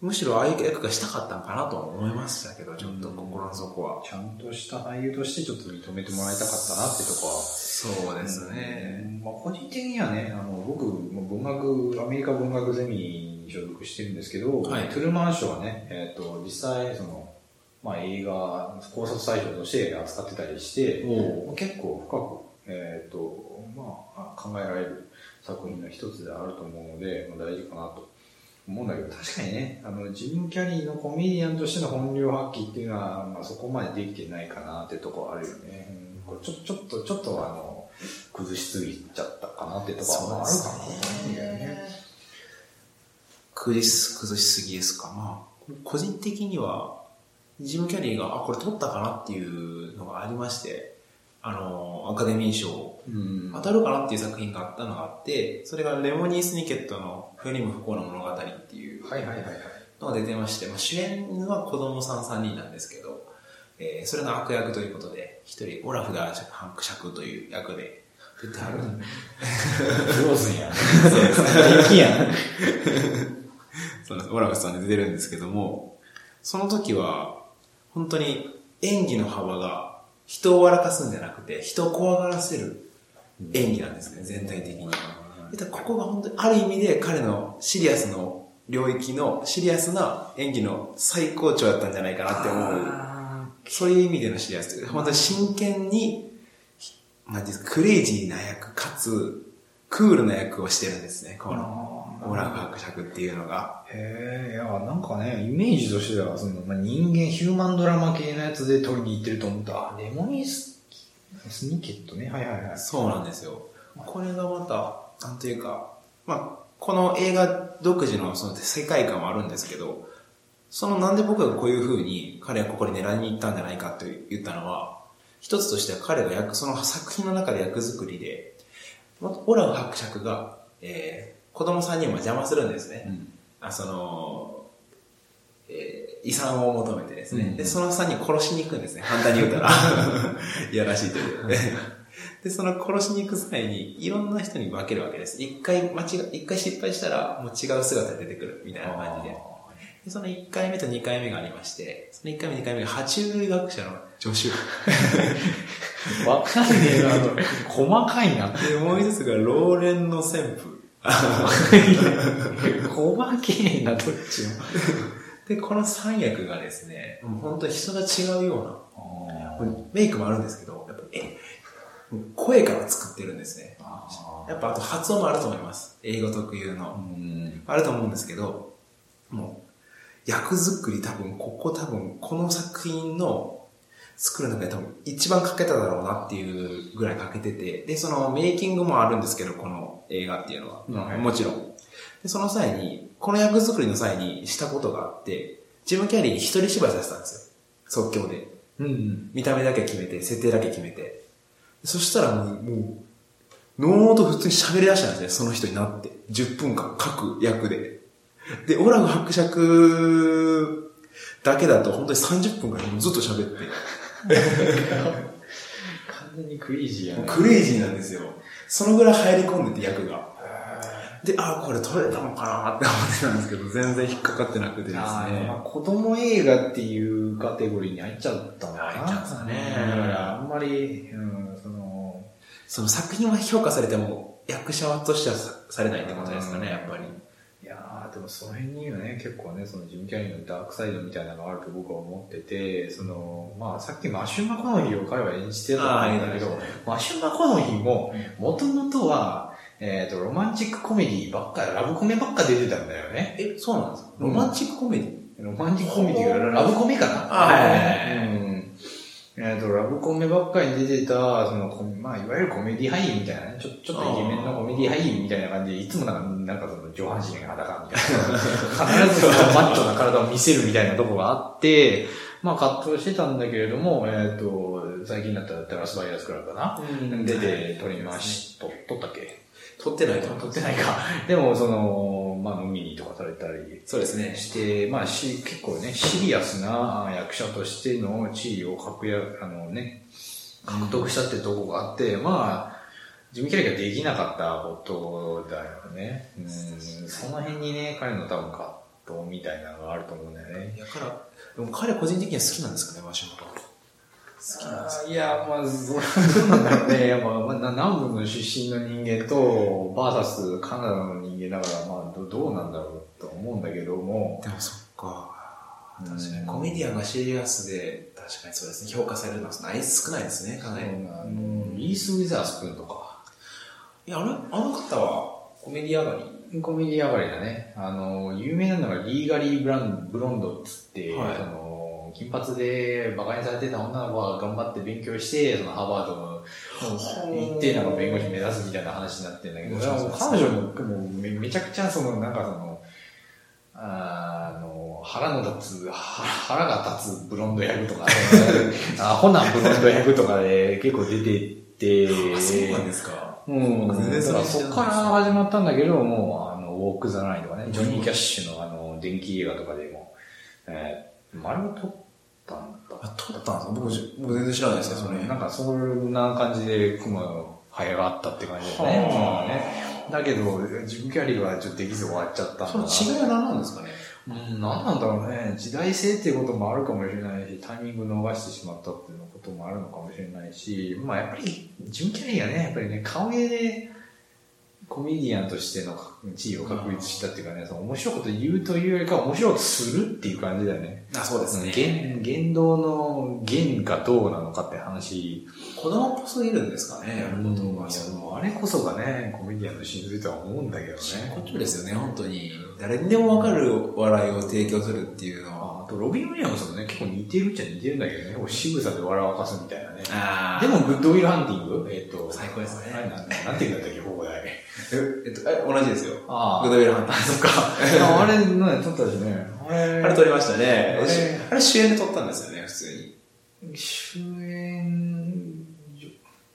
Speaker 2: むしろああいう役がしたかったのかなとは思いましたけど、ちょっと心の底は。
Speaker 1: ちゃんとした俳優としてちょっと認めてもらいたかったなってとこは
Speaker 2: そうですね。
Speaker 1: うんまあ、個人的にはね、あの僕、まあ文学、アメリカ文学ゼミに所属してるんですけど、
Speaker 2: はい
Speaker 1: トゥルーマン賞はね、えっ、と、実際、その、まあ、映画、考察対象として扱ってたりして、
Speaker 2: おう
Speaker 1: まあ結構深く、えっ、と、まあ、考えられる作品の一つであると思うので、まあ、大事かなと思うんだけど、確かにね、あの、ジム・キャリーのコメディアンとしての本領発揮っていうのは、まあ、そこまでできてないかなってとこはあるよね。うんこれちょ、ちょっと、ちょっとあの、崩しすぎちゃったかなってとこ
Speaker 2: そう
Speaker 1: は
Speaker 2: で
Speaker 1: あるか
Speaker 2: す
Speaker 1: もね。
Speaker 2: ね。崩し、崩しすぎですか。まあ、個人的には、ジム・キャリーが、あ、これ取ったかなっていうのがありまして、あの、アカデミー賞、
Speaker 1: うん。
Speaker 2: 当たるかなっていう作品があったのがあって、それがレモニー・スニケットの不にも不幸な物語っていう
Speaker 1: はいはいはいはい。
Speaker 2: のが出てまして、まあ、主演は子供さん3人なんですけど、えーそれの悪役ということで、一人オラフが伯爵という役で (laughs) 出てはる。
Speaker 1: フローズンや。 (laughs) そうです雪やん。
Speaker 2: そのオラフさんで出てるんですけども、その時は、本当に演技の幅が人を笑かすんじゃなくて、人を怖がらせる演技なんですね、全体的に。でここが本当に、ある意味で彼のシリアスの領域のシリアスな演技の最高潮だったんじゃないかなって思う。そういう意味でのシリアス。本当に真剣に、なんていうんですか、クレイジーな役、かつ、クールな役をしてるんですね、この、オラフ伯爵っていうのが。
Speaker 1: へえ、いや、なんかね、イメージとしては、その、まあ、人間、ヒューマンドラマ系のやつで撮りに行ってると思った。あ、レモニーススニケットね。はいはいはい。
Speaker 2: そうなんですよ。これがまた、なんというか、まあ、この映画独自のその世界観はあるんですけど、そのなんで僕がこういう風に彼がここに狙いに行ったんじゃないかと言ったのは、一つとしては彼が役、その作品の中で役作りで、オラフ伯爵が、えー、子供3人も邪魔するんですね。あその、えー遺産を求めてですね、
Speaker 1: うんうん
Speaker 2: で、その3人殺しに行くんですね。簡単に言う
Speaker 1: (laughs)
Speaker 2: たら。 (laughs) いやらしいという。 (laughs) で、その殺しに行く際に、いろんな人に分けるわけです。一回間違、一回失敗したら、もう違う姿で出てくる、みたいな感じで。で、その1回目と2回目がありまして、その1回目、2回目が、爬虫類学者の助手。
Speaker 1: わかんねえ
Speaker 2: (laughs)
Speaker 1: な、細かいな。
Speaker 2: で、もう一つが、老練の旋風。
Speaker 1: 細けえな、どっち
Speaker 2: (laughs) で、この3役がですね、もう本当に人が違うような、
Speaker 1: も。
Speaker 2: メイクもあるんですけど、やっぱ、え、声から作ってるんですね。やっぱ、あと発音もあると思います。英語特有
Speaker 1: う
Speaker 2: の。
Speaker 1: ん。
Speaker 2: あると思うんですけど、もう、役作り多分、ここ多分、この作品の作る中で多分、一番かけただろうなっていうぐらいかけてて、で、そのメイキングもあるんですけど、この映画っていうのは。
Speaker 1: うん
Speaker 2: もちろん。で、その際に、この役作りの際にしたことがあって、ジム・キャリーに一人芝居させたんですよ。即興で。
Speaker 1: うん。
Speaker 2: 見た目だけ決めて、設定だけ決めて。そしたらもう、もう、ノーと普通に喋り出したんですね、その人になって。10分間、各役で。で、オラフ伯爵だけだと、本当に30分間ずっと喋って。
Speaker 1: 完全にクイージーや
Speaker 2: もう
Speaker 1: ね。
Speaker 2: クレイジーなんですよ。そのぐらい入り込んでて、役が。で、あーこれ取れたのかなって思ってたんですけど、全然引っかかってなくてですね。
Speaker 1: あーまあ子供映画っていうカテゴリーに入っちゃったのかな。
Speaker 2: 入っちゃうんですかね
Speaker 1: だから、あんまり、うん、その、
Speaker 2: その作品は評価されても、役者はとしてはさされないってことですかね、やっぱり。
Speaker 1: いやー、でもその辺にはね、結構ね、そのジム・キャリーのダークサイドみたいなのがあると僕は思ってて、その、まあさっきマシュー・マコノヒーを彼は演じてたと思うんだけど、マシュー・マコノヒーも、もともとは、えっ、と、ロマンチックコメディばっか、ラブコメばっか出てたんだよね。
Speaker 2: え、そうなんですか
Speaker 1: うん
Speaker 2: ロマンチックコメディ、
Speaker 1: ロマンチックコメディがラブコメかな
Speaker 2: あ
Speaker 1: いはいはいうんえっ、と、ラブコメばっかり出てた、そのコメ、まあ、いわゆるコメディ俳優みたいなね、ちょちょっとイケメンのコメディ俳優みたいな感じで、いつもなんか、なんかその上半身が裸みたいな、必ずそのマッチョな体を見せるみたいなとこがあって、 (laughs) まあ、葛藤してたんだけれども、えっ、と、最近だったらテラスバイアスクラブかな出て撮りまし、と撮ったっけ
Speaker 2: 撮ってないと
Speaker 1: 撮ってないか。でも、その、まあ、飲みにとかされたり、
Speaker 2: そうですね。
Speaker 1: して、まあ、し結構ね、シリアスなあ役者としての地位を獲やあの、ね、獲得したってとこがあって、まあ、ジム・キャリーができなかったことだよね。うん、その辺にね、彼の多分葛動みたいなのがあると思うんだよね。
Speaker 2: いや、から、でも彼個人的には好きなんですかね、マシュマロ。好きなんですか
Speaker 1: あーいや、まあ、そうなんだろうね。やっぱ、まあ、な南部の出身の人間と、バーサスカナダの人間だから、まあど、どうなんだろうと思うんだけども、
Speaker 2: でもそっか。
Speaker 1: うん
Speaker 2: 確かに。コメディアンがシリアスで、確かにそうですね。評価されるのはない少ないですね、かなり。
Speaker 1: あ
Speaker 2: うん
Speaker 1: のイース・ウィザースプーンとか、
Speaker 2: いや、あのあの方はコメディ上がり。
Speaker 1: コメディ上がりだね。あの、有名なのがリーガリーブランブロンドっつって、
Speaker 2: はい
Speaker 1: その、金髪で馬鹿にされてた女の子が頑張って勉強して、そのハーバードの行ってなんか弁護士目指すみたいな話になってんだけど、
Speaker 2: うん
Speaker 1: 俺はもう彼女ももうめめちゃくちゃその、なんかその、あーあの、腹の立つ、腹腹が立つブロンド役 (laughs) とか、アホなブロンド役とかで結構出てって、
Speaker 2: あ、そうなんですか。
Speaker 1: うん。
Speaker 2: 全然
Speaker 1: だから
Speaker 2: それ知
Speaker 1: そ
Speaker 2: らないです
Speaker 1: こから始まったんだけど、もう、あの、ウォーク・ザ・ラインとかね、ジョニー・キャッシュのあの、電気映画とかでも、えー、丸を取ったんだ
Speaker 2: あ、撮ったんですか僕じ、僕全然知らないですね、それ。
Speaker 1: なんかそんな感じでクマの生えがあったって感じだよね。
Speaker 2: はあ
Speaker 1: まあねだけど、ジム・キャリーはちょっとできず終わっちゃったんだな
Speaker 2: その違いは何なんですかね。
Speaker 1: うん、何なんだろうね。時代性っていうこともあるかもしれないし、タイミング逃してしまったっていうこともあるのかもしれないし、まあやっぱり、ジム・キャリーがね、やっぱりね、顔芸で、コメディアンとしての地位を確立したっていうかね、その面白いこと言うというよりかは面白いことするっていう感じだよね。
Speaker 2: あ、そうですね。
Speaker 1: 言言動の言がどうなのかって話
Speaker 2: 子供こそいるんですかね、やる
Speaker 1: う
Speaker 2: こ
Speaker 1: ん
Speaker 2: と
Speaker 1: い
Speaker 2: が。
Speaker 1: や
Speaker 2: そ
Speaker 1: も
Speaker 2: の
Speaker 1: うあれこそがね、コメディアンの真髄とは思うんだけどね。
Speaker 2: 真骨頂ですよね、本当に。誰にでもわかる笑いを提供するっていうのは。
Speaker 1: ああと、ロビン・ウィリアムスもね、結構似てるっちゃ似てるんだけどね、こう仕草で笑わかすみたいなね。
Speaker 2: あ
Speaker 1: でも、グッドウィル・ハンティングえっ、と、
Speaker 2: 最高ですね
Speaker 1: あれなんなんて言うんだったっけ、放題。
Speaker 2: え、えっと、え、同じですよ。
Speaker 1: あ
Speaker 2: グッドウィルハンター。そっか。
Speaker 1: あ
Speaker 2: (laughs)
Speaker 1: あれ、ね、撮ったしね。あれ、
Speaker 2: あれ撮りましたね
Speaker 1: えー。
Speaker 2: あれ主演で撮ったんですよね、普通に。
Speaker 1: 主演、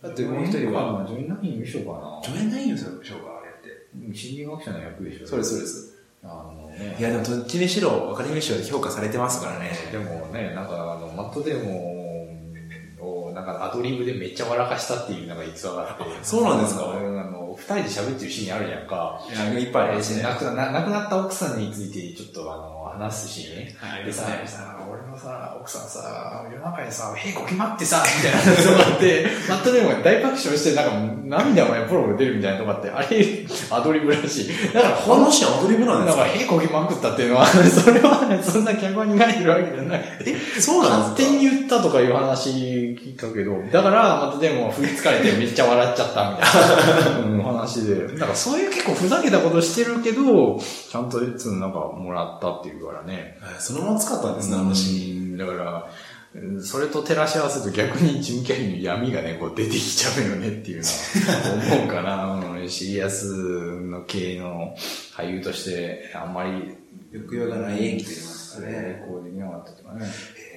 Speaker 2: だってもう一人は、
Speaker 1: ジョイナインでしょうかな。
Speaker 2: 演男優さんでしょうか、あれって。
Speaker 1: 心理学者の役でしょ。
Speaker 2: そうです、そうです。
Speaker 1: あのね。
Speaker 2: いや、でもどっちにしろ、アカデミー賞で評価されてますからね。
Speaker 1: でもね、なんかあの、マットデーモンを、なんかアドリブでめっちゃ笑かしたっていうなんか逸話があって。
Speaker 2: そうなんですか
Speaker 1: うんあの、二人で喋ってるシーンあるやんか。
Speaker 2: いや、いっぱいありますね。
Speaker 1: 亡くな亡くなった奥さんについてちょっとあの、話すシーンね。
Speaker 2: はい
Speaker 1: でさ、さ俺のさ、奥さんさ、夜中にさ、へいこ決まってさ、みたいなのがあって、 (laughs) マットデーモンが大爆笑して、なんか涙がポロポロ出るみたいなとこあって、あれ、アドリブらしい。だから
Speaker 2: このシーンアドリブな
Speaker 1: なん
Speaker 2: んです
Speaker 1: か、
Speaker 2: か
Speaker 1: へいこきまくったっていうのは、 (laughs) それはね、そんな脚本に書いてるわけじゃない。
Speaker 2: そうなん
Speaker 1: 勝
Speaker 2: です
Speaker 1: 手
Speaker 2: か
Speaker 1: に言ったとかいう話聞いたけど、だから、またでも、振りつかれてめっちゃ笑っちゃったみ
Speaker 2: (laughs)
Speaker 1: たいなうん話で。なんかそういう結構ふざけたことしてるけど、ちゃんといつなんかもらったっていうからね。
Speaker 2: はいそのまま使ったんですね、あのシーン。
Speaker 1: うんだから、うんそれと照らし合わせると逆にジムキャリーの闇がね、こう出てきちゃうよねっていうのは思うか
Speaker 2: (laughs)
Speaker 1: な。うんシリアスの系の俳優として、あんまり、
Speaker 2: 抑揚がない演技と言いますかね。
Speaker 1: こうできなかったとかね。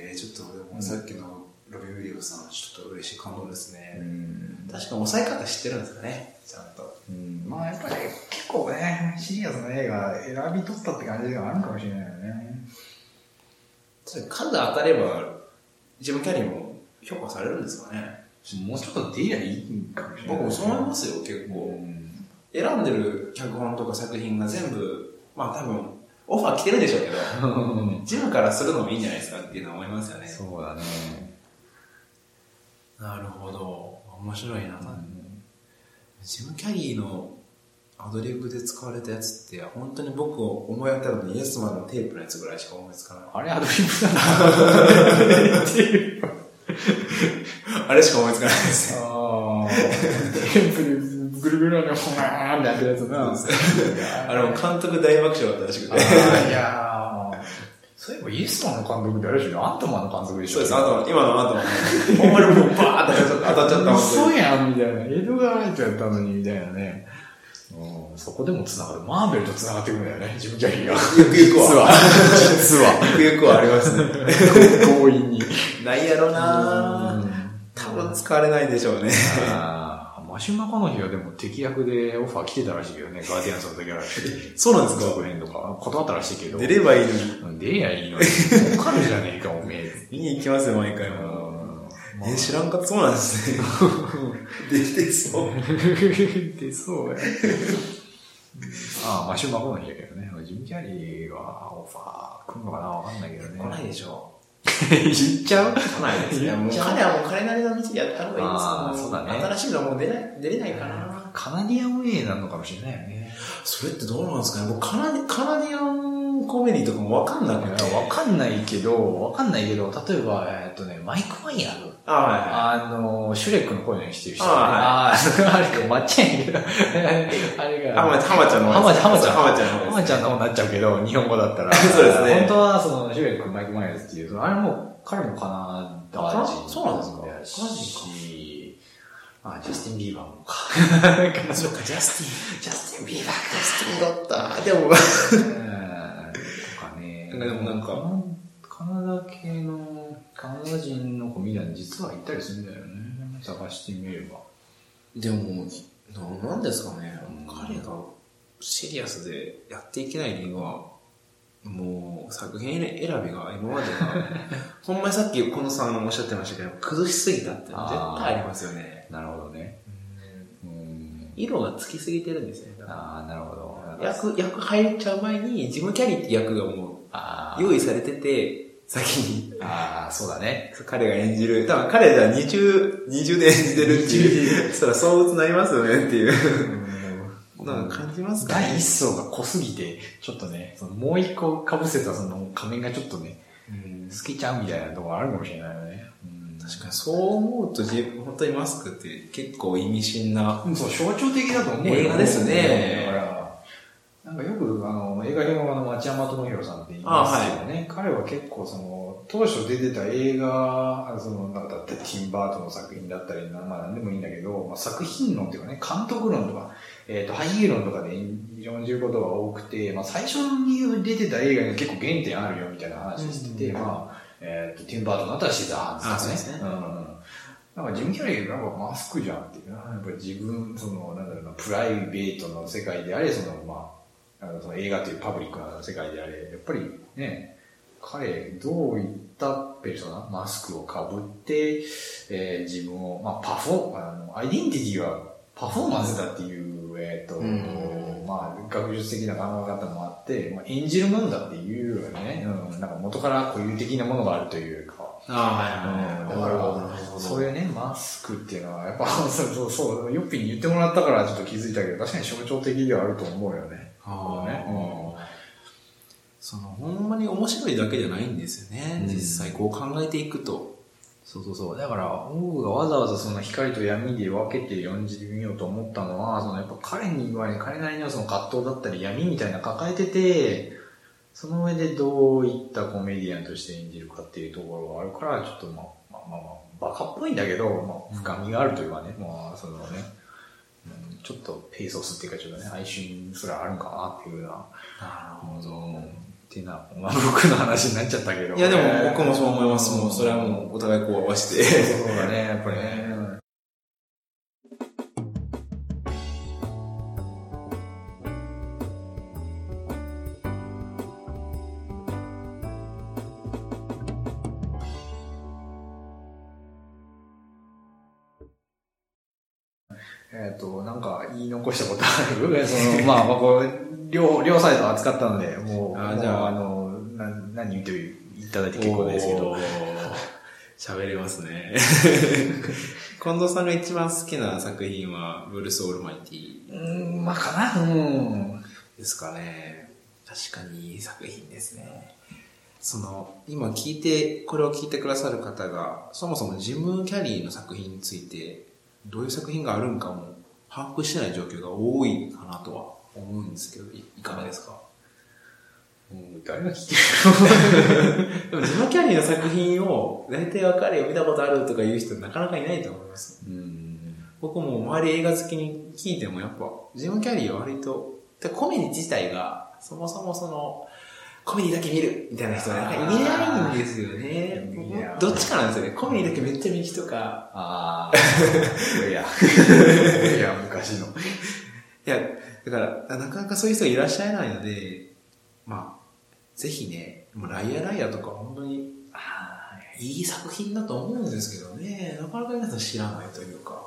Speaker 2: えー、ちょっと俺もさっきのロビン・ウィリアムズさん、ちょっと嬉しい感動ですね。
Speaker 1: うん
Speaker 2: 確かに抑え方知ってるんですかね、ちゃんと。
Speaker 1: うんまあやっぱり結構ね、シリアスな映画選び取ったって感じではあるかもしれないよね。
Speaker 2: それ数当たれば、ジム・キャリーも評価されるんですかね。
Speaker 1: もうちょっと出りゃいいかもしれない。
Speaker 2: 僕もそう思いますよ、結構。
Speaker 1: うん
Speaker 2: 選んでる脚本とか作品が全部、まあ多分、オファー来てるんでしょうけど、 (laughs) ジムからするのもいいんじゃないですかっていうのは思いますよね。
Speaker 1: そうだね。
Speaker 2: なるほど。面白いな。ジム・キャリーのアドリブで使われたやつって、本当に僕を思い当たるのイエスマンのテープのやつぐらいしか思いつかない。
Speaker 1: あれアドリブだなっていう。
Speaker 2: (laughs) あれしか思いつかないですね。
Speaker 1: ああ。テンプルぐるぐるなんか、ほらーんってやってるやつな。
Speaker 2: あの、監督大爆笑だったらしくて。
Speaker 1: あーいやーそういえばイースマンの監督ってあれでしょアントマンの監督でしょ
Speaker 2: そうです、あと、今のあと、ほんまにもうバーって当たっちゃったもん
Speaker 1: 嘘
Speaker 2: (laughs)
Speaker 1: やんみたいな。江戸川ライトやったのに、みたいなね。うん、そこでも繋がる。マーベルと繋がってくるんだよね、ジム・キャリーが。
Speaker 2: ゆくゆく
Speaker 1: 実
Speaker 2: は。
Speaker 1: は。実は。
Speaker 2: ゆくゆくはありますね。
Speaker 1: 強引に。
Speaker 2: (laughs) ないやろ
Speaker 1: う
Speaker 2: なぁ。
Speaker 1: ん
Speaker 2: 多分使われないでしょうね。
Speaker 1: あーマシュマコの日はでも敵役でオファー来てたらしいけどね、ガーディアンズの時は。
Speaker 2: そうなんですか
Speaker 1: 続編とか。断ったらしいけど。
Speaker 2: 出ればいいのに。
Speaker 1: うん出りゃいいのに。儲かるじゃねえか、おめえ。
Speaker 2: 見に行きますよ、毎回
Speaker 1: うん
Speaker 2: も。
Speaker 1: まあ
Speaker 2: え、知らんかったそうなん (laughs) ですね。出てそう。
Speaker 1: 出そうや。ああ、マシュー・マホーニーだけどね。ジム・キャリーはオファー来るのかなわかんないけどね。
Speaker 2: 来ないでし (laughs) ょ。
Speaker 1: 言っちゃう
Speaker 2: 来ないですね。もう
Speaker 1: じゃあ
Speaker 2: 彼はもう彼なりの道でやった方がいいですよ。
Speaker 1: あーそうだね
Speaker 2: 新しいのはもう出ない、出れないかな。
Speaker 1: カナディアンウェイなのかもしれないよね。
Speaker 2: それってどうなんですかね僕カナディ、カナディアンコメディとかもわかんなく
Speaker 1: い
Speaker 2: て。
Speaker 1: やわかんないけど、わかんないけど、例えば、えーっとね、マイク・ワイヤーの
Speaker 2: あはいはい。
Speaker 1: あの、シュレックの声のしてる人、
Speaker 2: あ
Speaker 1: ああ、あれか、まっちゃんやけど、あれが、
Speaker 2: ハマハマちゃんの
Speaker 1: 浜ちゃん浜ちゃん
Speaker 2: 浜ちゃんの
Speaker 1: まちゃんの方になっちゃうけど、日本語だったら。
Speaker 2: (laughs) そうですね
Speaker 1: 本当は、その、シュレック、マイク・マイヤーズっていう、あれも、彼もカナダ人
Speaker 2: そうなんですか
Speaker 1: だし
Speaker 2: マジか
Speaker 1: あ、ジャスティン・ビーバーもか。
Speaker 2: (laughs) そうか、ジャスティン。
Speaker 1: ジャスティン・ビーバー
Speaker 2: ジャスティンだった。で
Speaker 1: う
Speaker 2: も、
Speaker 1: んとかね。
Speaker 2: なんかでもなんか
Speaker 1: カナ、カナダ系の、カナダ人の子みたいに実はいたりするんだよね。探してみれば。
Speaker 2: でも、ななんですかね、
Speaker 1: うん
Speaker 2: 彼がシリアスでやっていけない理由は、もう作品選びが今まで (laughs) が、ほんまにさっきこのさんおっしゃってましたけど、崩しすぎたって絶対ありますよね。
Speaker 1: なるほどね。うん。
Speaker 2: 色がつきすぎてるんですね。だか
Speaker 1: ああ、なるほ
Speaker 2: ら
Speaker 1: ど。
Speaker 2: 役、役入っちゃう前に、ジムキャリーって役がも
Speaker 1: あ
Speaker 2: う用意されてて、先に
Speaker 1: あ、ああ、そうだね。
Speaker 2: 彼が演じる。多分彼じゃ二重、二重で演じてるっていう。そしたら相鬱なりますよねっていう。なんか感じますかね
Speaker 1: 第一層が濃すぎて、ちょっとね、そのもう一個被せたその仮面がちょっとね、
Speaker 2: うん
Speaker 1: 透けちゃうみたいなところあるかもしれないよね。うん
Speaker 2: 確かにそう思うと自分、本当にマスクって結構意味深な。
Speaker 1: うんそう、象徴的だと思うよ
Speaker 2: 映画ですね
Speaker 1: だから、なんかよく、あの、映画評論家の町山智博さんって言いますけどね、彼は結構その、当初出てた映画、あその、なんかだってティンバートの作品だったり、まあ何でもいいんだけど、まあ、作品論っていうかね、監督論とか、えっ、と、俳優論とかで非常に言うことが多くて、まあ最初に出てた映画に結構原点あるよみたいな話してて、
Speaker 2: うん
Speaker 1: まあ、えっ、と、ティンバートンだったらシザーハンズとか
Speaker 2: あそうですね
Speaker 1: うんなんかジム・キャリーがなんかマスクじゃんっていうな。やっぱり自分、その、なんだろうな、プライベートの世界であれ、その、まあ、あのその映画というパブリックな世界であれ、やっぱりね、彼、どういったペルソナ、マスクをかぶって、えー自分を、まあ、パフォー、あの、アイデンティティはパフォーマンスだっていう、えっ、と、
Speaker 2: うん
Speaker 1: まあ、学術的な考え方もあって、まあ、演じるものだっていうよりはね、うん、なんか元から固有的なものがあるというか、
Speaker 2: あ
Speaker 1: だから、そういうね、マスクっていうのは、やっぱ、 (laughs) そうそうそう、ヨッピーに言ってもらったからちょっと気づいたけど、確かに象徴的ではあると思うよね。
Speaker 2: あ
Speaker 1: ね
Speaker 2: ーその、ほんまに面白いだけじゃないんですよね。
Speaker 1: うん
Speaker 2: 実際こう考えていくと。
Speaker 1: そうそうそう。だから、僕がわざわざその光と闇で分けて読んでみようと思ったのは、そのやっぱ彼に言われ、彼なりのその葛藤だったり闇みたいなの抱えてて、その上でどういったコメディアンとして演じるかっていうところがあるから、ちょっとまあ、まあまあ、まあ、バカっぽいんだけど、まあ、深みがあるというかね、まあ、そのね、うんちょっとペーソスっていうか、ちょっとね、哀愁すらあるんかなっていうような、
Speaker 2: なる
Speaker 1: う。んっていうのは、まあ僕の話になっちゃったけど。
Speaker 2: いやでも僕もそう思います。もうそれはもうお互いこう合わせて。
Speaker 1: そうだね、やっぱりね。えっ、と、なんか言い残したことあ (laughs) るその、まあ、まあ、こう、両、両サイド扱ったので、もう、
Speaker 2: あじゃあ
Speaker 1: もうあの、な何言っていただいて結構ですけど
Speaker 2: お。ー。 (laughs) 喋れますね。 (laughs) 近藤さんが一番好きな作品は、ブルース・オールマイティ
Speaker 1: うん、まあかな。うん。
Speaker 2: ですかね。確かにいい作品ですね。その、今聞いて、これを聞いてくださる方が、そもそもジム・キャリーの作品について、どういう作品があるんかも、把握してない状況が多いかなとは思うんですけど、いいかがですか
Speaker 1: うん、誰が聞け
Speaker 2: でもジム・キャリーの作品を、大体わかるよ、見たことあるとか言う人なかなかいないと思います。
Speaker 1: うん。
Speaker 2: 僕も周り映画好きに聞いてもやっぱ、ジム・キャリーは割と、でコメディ自体が、そもそもその、コメディだけ見るみたいな人はなんかいないんですよ
Speaker 1: いや
Speaker 2: ね
Speaker 1: ー。
Speaker 2: どっちかなんですよね。コメディだけめっちゃ見る人か。
Speaker 1: ああ、いや、いや、昔の。
Speaker 2: いや、だから、なかなかそういう人がいらっしゃらないので、まあ、ぜひね、もうライアーライアーとか本当に、いい作品だと思うんですけどね、なかなか皆さん知らないというか、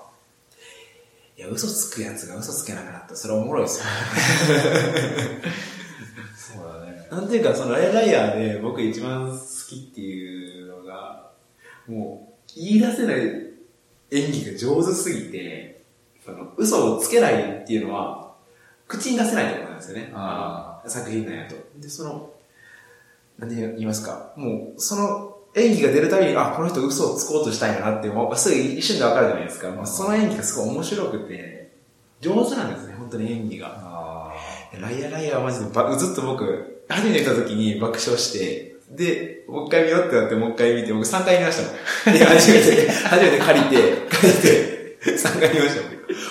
Speaker 2: いや、嘘つくやつが嘘つけなくなった。それはおもろいですよ。
Speaker 1: そうだね。
Speaker 2: なんていうか、そのライアンライアーで僕一番好きっていうのが、もう、言い出せない演技が上手すぎて、その、嘘をつけないっていうのは、口に出せないところなんですよね。
Speaker 1: あ
Speaker 2: 作品内だと。で、その、なんて言いますか、もう、その演技が出るたびに、あ、この人嘘をつこうとしたいんだなって、もうすぐ一瞬でわかるじゃないですか。もうその演技がすごい面白くて、上手なんですね、本当に演技が。
Speaker 1: ああ。
Speaker 2: ライアーライアーはマジでば、ずっと僕、初めて見た時に爆笑して、で、もう一回見ようってなって、もう一回見て、僕3回見ましたもん。で、初めて、初めて借りて、借りて、3回見まし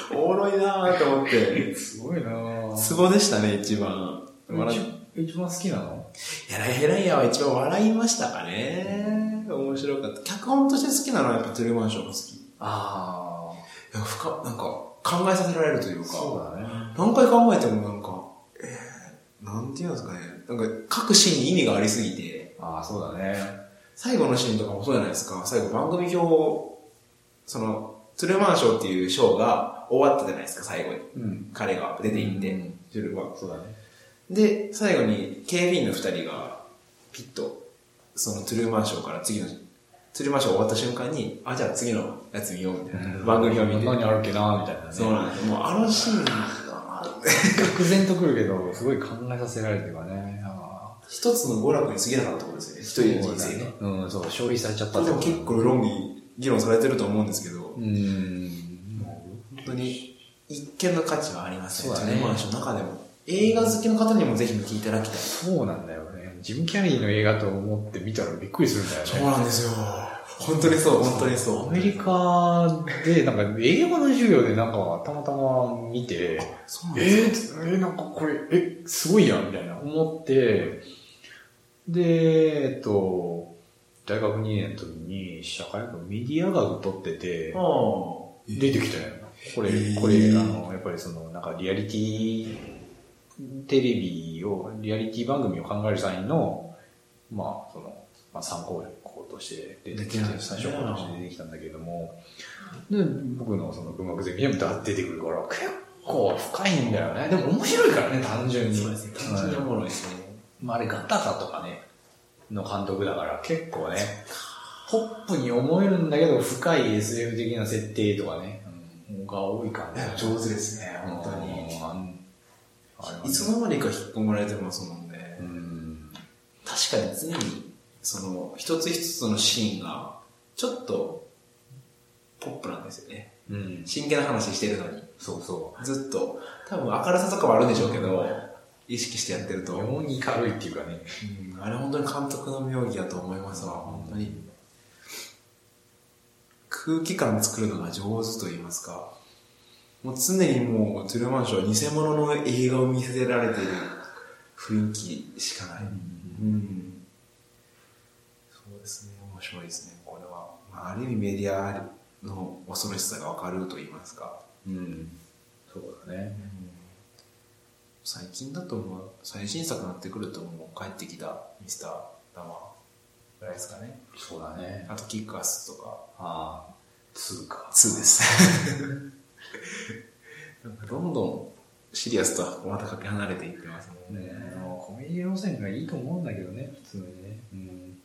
Speaker 2: たもん。おもろいなぁと思って。
Speaker 1: すごいなぁ
Speaker 2: ツボでしたね、一番。笑っ
Speaker 1: 一一番好きなの
Speaker 2: いや、ライアーライアーは一番笑いましたかね。面白かった。脚本として好きなのはやっぱトゥルーマンションが好き。い
Speaker 1: あ
Speaker 2: や、深、なんか、考えさせられるという
Speaker 1: あ。
Speaker 2: か。
Speaker 1: そうだね。
Speaker 2: 何回考えてもなんか、えー、なんていうんですかね。なんか、各シーンに意味がありすぎて、
Speaker 1: ああ、そうだね。
Speaker 2: 最後のシーンとかもそうじゃないですか。最後番組表を、その、トゥルーマンショーっていうショーが終わったじゃないですか、最後に。
Speaker 1: うん。
Speaker 2: 彼が出て行って、
Speaker 1: うん
Speaker 2: トゥルーマン。
Speaker 1: そうだね。
Speaker 2: で、最後に警備員の二人が、ピッと、そのトゥルーマンショーから次の、トゥルーマンショー終わった瞬間に、あ、じゃあ次のやつ見ようみたいな。番組を見て。
Speaker 1: 何あるっけなみたいなね。
Speaker 2: そうなんです。もうあのシーンが、
Speaker 1: 愕然とくるけど、すごい考えさせられてるわね。あー
Speaker 2: 一つの娯楽に過ぎなかったところですね。一人の人生が。。
Speaker 1: うん、そう、消費されちゃった
Speaker 2: こ
Speaker 1: っ
Speaker 2: れ
Speaker 1: て
Speaker 2: でも
Speaker 1: こと
Speaker 2: 結構論議、議論されてると思うんですけど
Speaker 1: う、ん。
Speaker 2: 本当に一見の価値はありますね。
Speaker 1: そう
Speaker 2: ト
Speaker 1: だ
Speaker 2: ゥ
Speaker 1: ね
Speaker 2: ルーマンショーの中でも。映画好きの方にもぜひ見ていただきたい。
Speaker 1: そうなんだよね。ジム・キャリーの映画と思って見たらびっくりするんだよね。
Speaker 2: そうなんですよ。本当にそう、本当にそう。
Speaker 1: アメリカで、なんか、英語の授業でなんか、たまたま見て、
Speaker 2: そうなん
Speaker 1: え
Speaker 2: ですよ。
Speaker 1: ー、つえーなんかこれ、え、すごいやん、みたいな思って、で、えっと、大学2年の時に、社会学のメディア学取ってて、
Speaker 2: うん
Speaker 1: 出てきたよ。これ
Speaker 2: え、ー
Speaker 1: これ、あの、やっぱりその、なんかリアリティ、テレビを、リアリティ番組を考える際の、まあ、その、まあ、参考校として出てきて、
Speaker 2: 出てきたんです
Speaker 1: 参
Speaker 2: ね
Speaker 1: 照校として出てきたんだけども、で、僕のその文学ゼミでも出てくるから、結構深いんだよね。でも面白いからね、単純に。
Speaker 2: そうですね。単純におもろいですね。
Speaker 1: まあ、あれガタガタとかね、の監督だから結構ね、ポップに思えるんだけど、深い SF 的な設定とかね、うん、が多い感じ。
Speaker 2: 上手ですね、
Speaker 1: うん
Speaker 2: 本当
Speaker 1: あんあれはね
Speaker 2: に。いつの間にか引っ込まれてますもんね
Speaker 1: う。ん。
Speaker 2: 確かに常に、その、一つ一つのシーンが、ちょっと、ポップなんですよね。
Speaker 1: うん。
Speaker 2: 真剣な話してるのに。
Speaker 1: そうそ
Speaker 2: ずっと、多分明るさとかはあるんでしょうけど、意識してやってる
Speaker 1: う。
Speaker 2: と。
Speaker 1: 妙に軽いっていうかね。
Speaker 2: うんあれ本当に監督の妙義だと思いますわ、本当に。空気感作るのが上手と言いますか。もう常にもう、トゥルーマンショーは偽物の映画を見せられている雰囲気しかない。うん。そうですね、面白いですね、これは。まあ、ある意味メディアの恐ろしさがわかると言いますか。
Speaker 1: うん。そうだね。
Speaker 2: 最近だともう、最新作になってくるともう、帰ってきたミスターダマーぐらいですかね。
Speaker 1: そうだね。
Speaker 2: あと、キックアスとか。
Speaker 1: ああ、2か。
Speaker 2: 2です。 (laughs) なんかどんどんシリアスとはまたかけ離れていってますもん
Speaker 1: ね
Speaker 2: ね。、
Speaker 1: あのコメディ路線がいいと思うんだけどね、普通にね。うん。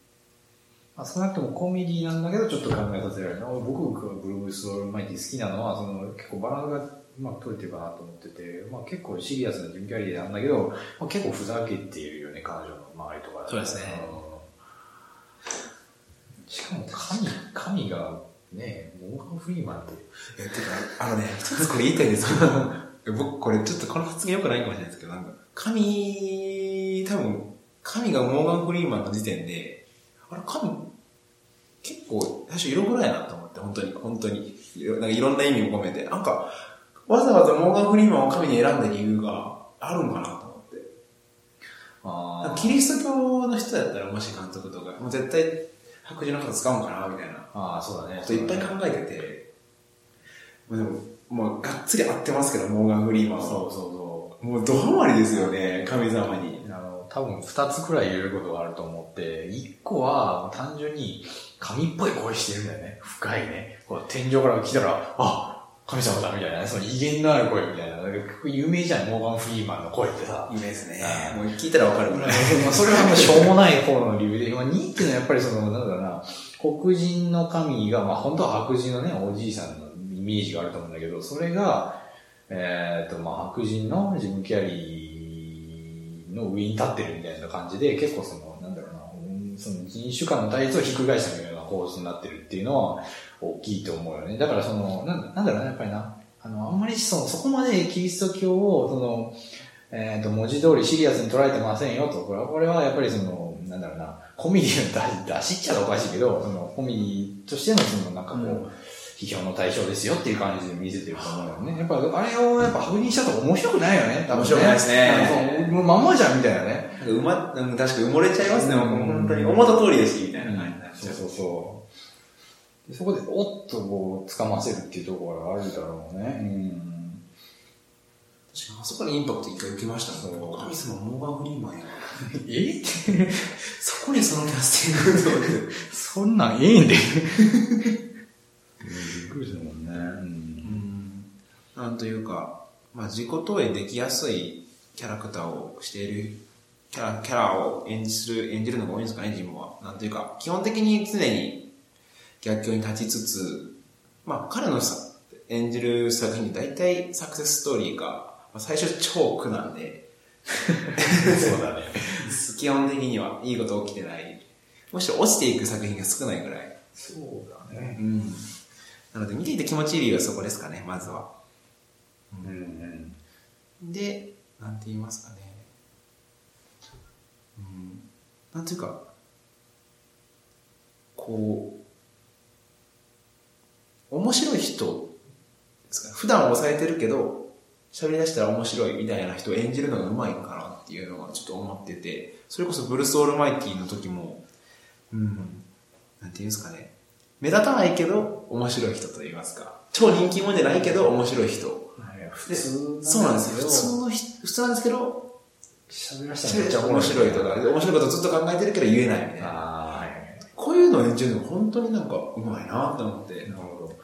Speaker 1: まあ、少なくともコメディなんだけど、ちょっと考えさせられる。あ僕がブルース・オールマイティ好きなのは、その結構バランスがうまく取れてるかなと思ってて、まあ結構シリアスなジム・キャリーなんだけど、まあ、結構ふざけているよね、彼女の周りとかだと
Speaker 2: そうですね。
Speaker 1: うんしかも神、神がね、モーガン・フリーマンって、
Speaker 2: いや、てか、あのね、一つこれ言いたいんですけど、僕これちょっとこの発言良くないかもしれないですけど、なんか、神、多分、神がモーガン・フリーマンの時点で、あれ、神、結構、最初色暗いなと思って、本当に、本当に。いろなんかいろんな意味を込めて、なんか、わざわざモーガン・フリーマンを神に選んだ理由があるんかなと思って。
Speaker 1: あ
Speaker 2: キリスト教の人だったら、もし監督とか、もう絶対白人の方使うんかな、みたいな。
Speaker 1: ああ、そうだね。
Speaker 2: ちょっといっぱい考えてて、まあでも、もうがっつり合ってますけど、モーガン・フリーマンは。
Speaker 1: そうそうそう。
Speaker 2: もうドハマりですよね、神様に。
Speaker 1: あの、多分二つくらい言えることがあると思って、一個は単純に神っぽい声してるんだよね。深いね。こう天井から来たら、あ、神様だみたいな、その威厳のある声みたいな、結構有名じゃん、モーガン・フリーマンの声ってさ。
Speaker 2: 夢ですね
Speaker 1: あ。ー
Speaker 2: もう聞いたらわかるぐらい。
Speaker 1: まあ (laughs) それはもうしょうもない方の理由で、まあ、2っていうのはやっぱりその、なんだろうな、黒人の神が、まあ本当は白人のね、おじいさんのイメージがあると思うんだけど、それが、えっ、と、まあ白人のジム・キャリーの上に立ってるみたいな感じで、結構その、なんだろうな、うんその人種間の対立をひっくり返したような構図になってるっていうのは大きいと思うよね。だからその、なんなんだろうな、やっぱりな、あの、あんまりその、そこまでキリスト教を、その、えっ、と、文字通りシリアスに捉えてませんよと、これは、これはやっぱりその、なんだろうな、コメディの出し、出しっちゃうとおかしいけど、その、コメディとしてのその、なんかこう、
Speaker 2: うん
Speaker 1: 批評の対象ですよっていう感じで見せてると思うよね。やっぱ、あれをやっぱ白人したと面白くないよね、多分ね
Speaker 2: 面白くないですね
Speaker 1: あのそうもうまんまじゃんみたいなね。
Speaker 2: なんかうま、うん確か埋もれちゃいますね、
Speaker 1: うん
Speaker 2: もう本当に。思った通りですし、みたいな感じになっち
Speaker 1: そ
Speaker 2: ゃ
Speaker 1: う
Speaker 2: う。
Speaker 1: そうそう。でそこで、おっとこう、掴ませるっていうところがあるだろうね。うん。
Speaker 2: 確かにあそこにインパクト一回受けましたもん
Speaker 1: そう
Speaker 2: 神様、モーガン・フリーマンや。
Speaker 1: えって、
Speaker 2: そこにそのキャスティングと思って。
Speaker 1: そんなんいいんで。びっくりしたもんね。うん
Speaker 2: うんなんというか、まあ、自己投影できやすいキャラクターをしている、キャラキャラを演じする演じるのが多いんですかね、ジムは。なんというか、基本的に常に逆境に立ちつつ、まあ、彼のさ演じる作品に大体サクセスストーリーが、まあ、最初超苦なんで、
Speaker 1: そうだね。
Speaker 2: (laughs) 基本的にはいいこと起きてない。むしろ落ちていく作品が少ないぐらい。
Speaker 1: そうだね。
Speaker 2: うん。なので見ていて気持ちいい理由はそこですかね、まずは。
Speaker 1: うんうん。
Speaker 2: で、なんて言いますかね。うん、なんていうか、こう、面白い人ですかね。普段抑えてるけど、喋り出したら面白いみたいな人を演じるのがうまいんかなっていうのはちょっと思ってて、それこそブルース・オールマイティの時も、うん、なんて言うんですかね。目立たないけど、面白い人と言いますか。超人気者じゃないけど、面白い人。
Speaker 1: 普
Speaker 2: で
Speaker 1: 通
Speaker 2: そうなんですよ。普
Speaker 1: よ。
Speaker 2: 通の人、普通なんですけど、
Speaker 1: 喋らせた
Speaker 2: 喋っちゃ面白いとか、で面白いことずっと考えてるけど言えないみたいな。
Speaker 1: ああ、はい。
Speaker 2: こういうのを演じるの本当になんかうまいなと思って。
Speaker 1: なるほど。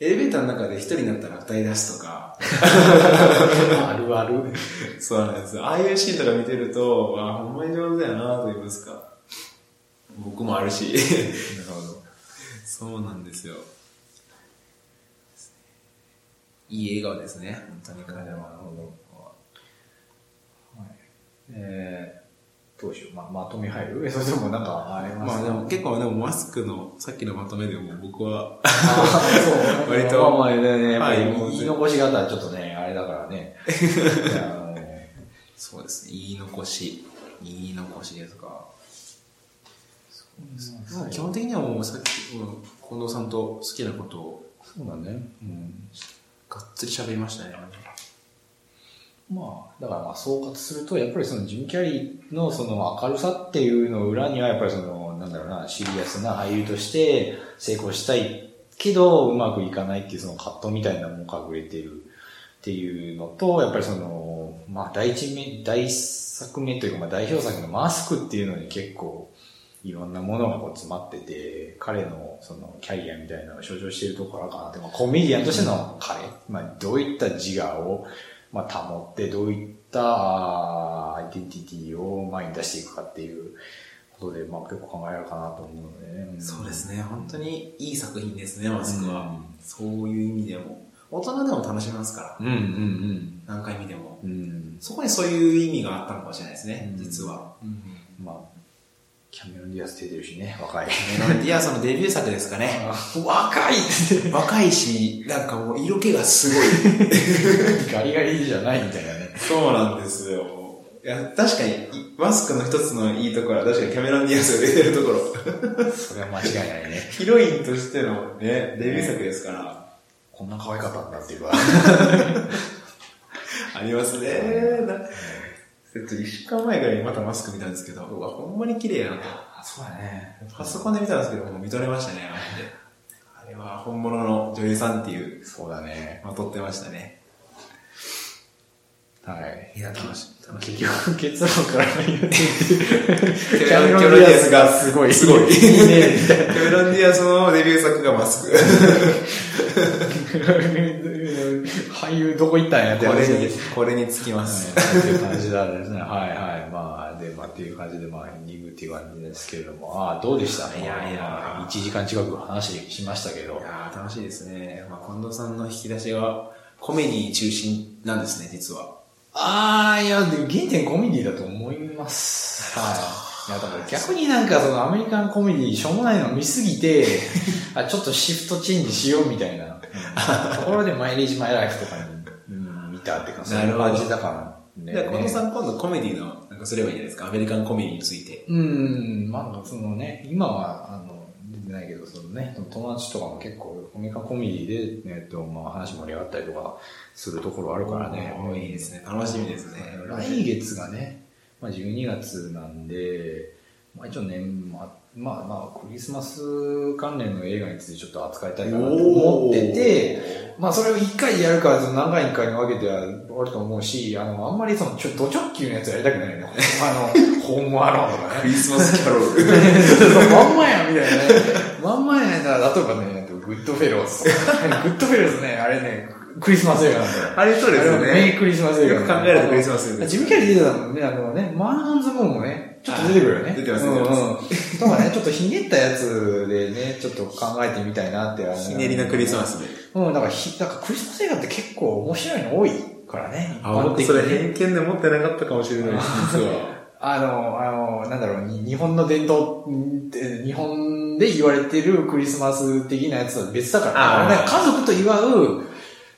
Speaker 2: エレベーターの中で一人になったら歌い出すとか、 (laughs)
Speaker 1: あるある。
Speaker 2: そうなんです。ああいうシーンとか見てると、あほんまに上手だよなと言いますか。僕もあるし。 (laughs)
Speaker 1: なるほど。
Speaker 2: そうなんですよ。いい笑顔ですね、本当に彼は。
Speaker 1: なるほど。はい、えー、どうしよう。ま、まとめ入るえそ (laughs) れともなんかあります
Speaker 2: まあで
Speaker 1: (laughs)
Speaker 2: も結構でもマスクのさっきのまとめでも僕は
Speaker 1: あーそう。
Speaker 2: 割と
Speaker 1: まあまあね、やっぱり
Speaker 2: はい
Speaker 1: 言い残し方はちょっとね、あれだから
Speaker 2: (laughs)
Speaker 1: ね。いやあの
Speaker 2: そうですね。言い残し。言い残しですか。
Speaker 1: そう
Speaker 2: 基本的にはもうさっき、うん近藤さんと好きなことを
Speaker 1: そうだね。うん
Speaker 2: がっつり喋りましたね。
Speaker 1: まあ、だからまあ総括すると、やっぱりそのジム・キャリーのその明るさっていうの裏には、やっぱりその、なんだろうな、シリアスな俳優として成功したいけど、うまくいかないっていうその葛藤みたいなのも隠れてるっていうのと、やっぱりその、まあ第一目、第一作目というか、まあ代表作のマスクっていうのに結構、いろんなものがこう詰まってて、彼のそのキャリアみたいなのを象徴しているところかなって、まあ、コメディアンとしての彼、まあ、どういった自我を、まあ、保って、どういったあーアイデンティティを前に出していくかっていうことで、まあ、結構考えられるかなと思うので、ね。
Speaker 2: そうです
Speaker 1: ね。
Speaker 2: ね。本当にいい作品ですね、マスクは。
Speaker 1: うん
Speaker 2: そういう意味でも。大人でも楽しめますから。
Speaker 1: うんうん
Speaker 2: 何回見ても。
Speaker 1: うん。うん。
Speaker 2: そこにそういう意味があったのかもしれないですね、
Speaker 1: うん
Speaker 2: 実は。
Speaker 1: まあ、キャメロン・ディアス出てるしね、若い。
Speaker 2: メロディアそのデビュー作ですかね。
Speaker 1: (laughs) 若い
Speaker 2: 若いし、なんかもう色気がす
Speaker 1: (laughs)
Speaker 2: ごい。
Speaker 1: ガリガリじゃないみたいなね。
Speaker 2: そうなんですよ。いや、確かに、マスクの一つのいいところは、確かにキャメロン・ディアスが出てるところ。 (laughs)
Speaker 1: それは間違いないね。
Speaker 2: ヒロインとしてのね、デビュー作ですから。
Speaker 1: こんな可愛かったんだっていうか。
Speaker 2: ありますね。なちょっと一週間前ぐらいにまたマスク見たんですけど、うわ、ほんまに綺麗やなと。
Speaker 1: あ (laughs) そうだね。
Speaker 2: パソコンで見たんですけど、もう認めましたね、マジで。あれは本物の女優さんっていう、
Speaker 1: そうだね。
Speaker 2: まとってましたね。
Speaker 1: はい。
Speaker 2: いや、楽しい。楽しい。
Speaker 1: 結局、結論から言うと、
Speaker 2: キ
Speaker 1: キャメロン・ディア (laughs) スがすごい。
Speaker 2: すごい。
Speaker 1: いいね、みたいな。
Speaker 2: (laughs) キャメロン・ディアスのデビュー作がマスク。
Speaker 1: (laughs) 俳優どこ行ったんやって
Speaker 2: これ
Speaker 1: 話
Speaker 2: に
Speaker 1: です。、
Speaker 2: (laughs) これにつきま
Speaker 1: はい
Speaker 2: す。
Speaker 1: っていう感じなんですね。はいはい。まあ、で、まあ、っていう感じで、まあ、エンディングっていう感じですけれども、ああ、どうでした
Speaker 2: いやいや
Speaker 1: まあ1時間近く話しましたけど
Speaker 2: い、やー楽しいですね。まあ、近藤さんの引き出しは、コメディ中心なんですね、実は。
Speaker 1: ああ、いや、でも原点コメディだと思います。はい。いや、だから逆になんかそのアメリカンコメディしょうもないの見すぎ
Speaker 2: (laughs)
Speaker 1: て、あ、ちょっとシフトチェンジしようみたいな、ところでマイレージマイライフとかに、うん、見たって感じ。
Speaker 2: なるほど
Speaker 1: そういう感じだからね。
Speaker 2: じゃあ、近藤さん今度コメディの、なんかすればいいんじゃないですか、アメリカンコメディについて。
Speaker 1: うん、まあ、そのね、今は、あの、出てないけど、そのね、友達とかも結構、コミカコミュニで、えっと、まあ、話盛り上がったりとか、するところあるからね。
Speaker 2: おーいいですね。楽しみですね。
Speaker 1: 来月がね、まあ、12月なんで、まあ、一応年、まあ、まあ、まあ、クリスマス関連の映画についてちょっと扱いたいかなと思ってて、まあそれを一回やるから、その何回かに分けてはあると思うし、あの、あんまりその、ちょ、ド直球のやつやりたくないよね。あ
Speaker 2: (laughs)
Speaker 1: の、ホームアローンとかね。
Speaker 2: クリスマスキャロル。
Speaker 1: そうまんまやんみたいなね。まんまやんだら、例えばね、グッドフェローズ。グッドフェローズね、あれね、クリスマス映画なんだよ。
Speaker 2: あれそうですよ
Speaker 1: あれメイ
Speaker 2: ね。
Speaker 1: クリスマス映画。
Speaker 2: よく考えるとクリスマスです。
Speaker 1: ジムキャリー出てたもんね、あのね、マンハンズムーンもね、ちょっと出てくるよね。
Speaker 2: はい出てま
Speaker 1: う
Speaker 2: す
Speaker 1: ん
Speaker 2: 出て
Speaker 1: うん。とかね、ちょっとひねったやつでね、ちょっと考えてみたいなって。
Speaker 2: ひねりのクリスマスで。
Speaker 1: うん、だからひ、なんかクリスマス映画って結構面白いの多いからね。
Speaker 2: あ、
Speaker 1: 一般
Speaker 2: 僕
Speaker 1: 的
Speaker 2: それ
Speaker 1: にね
Speaker 2: 偏見で持ってなかったかもしれないです、実は。
Speaker 1: あの、あの、なんだろう、に日本の伝統って、日本で言われてるクリスマス的なやつは別だから、ね、
Speaker 2: あー
Speaker 1: あれね家族と祝う、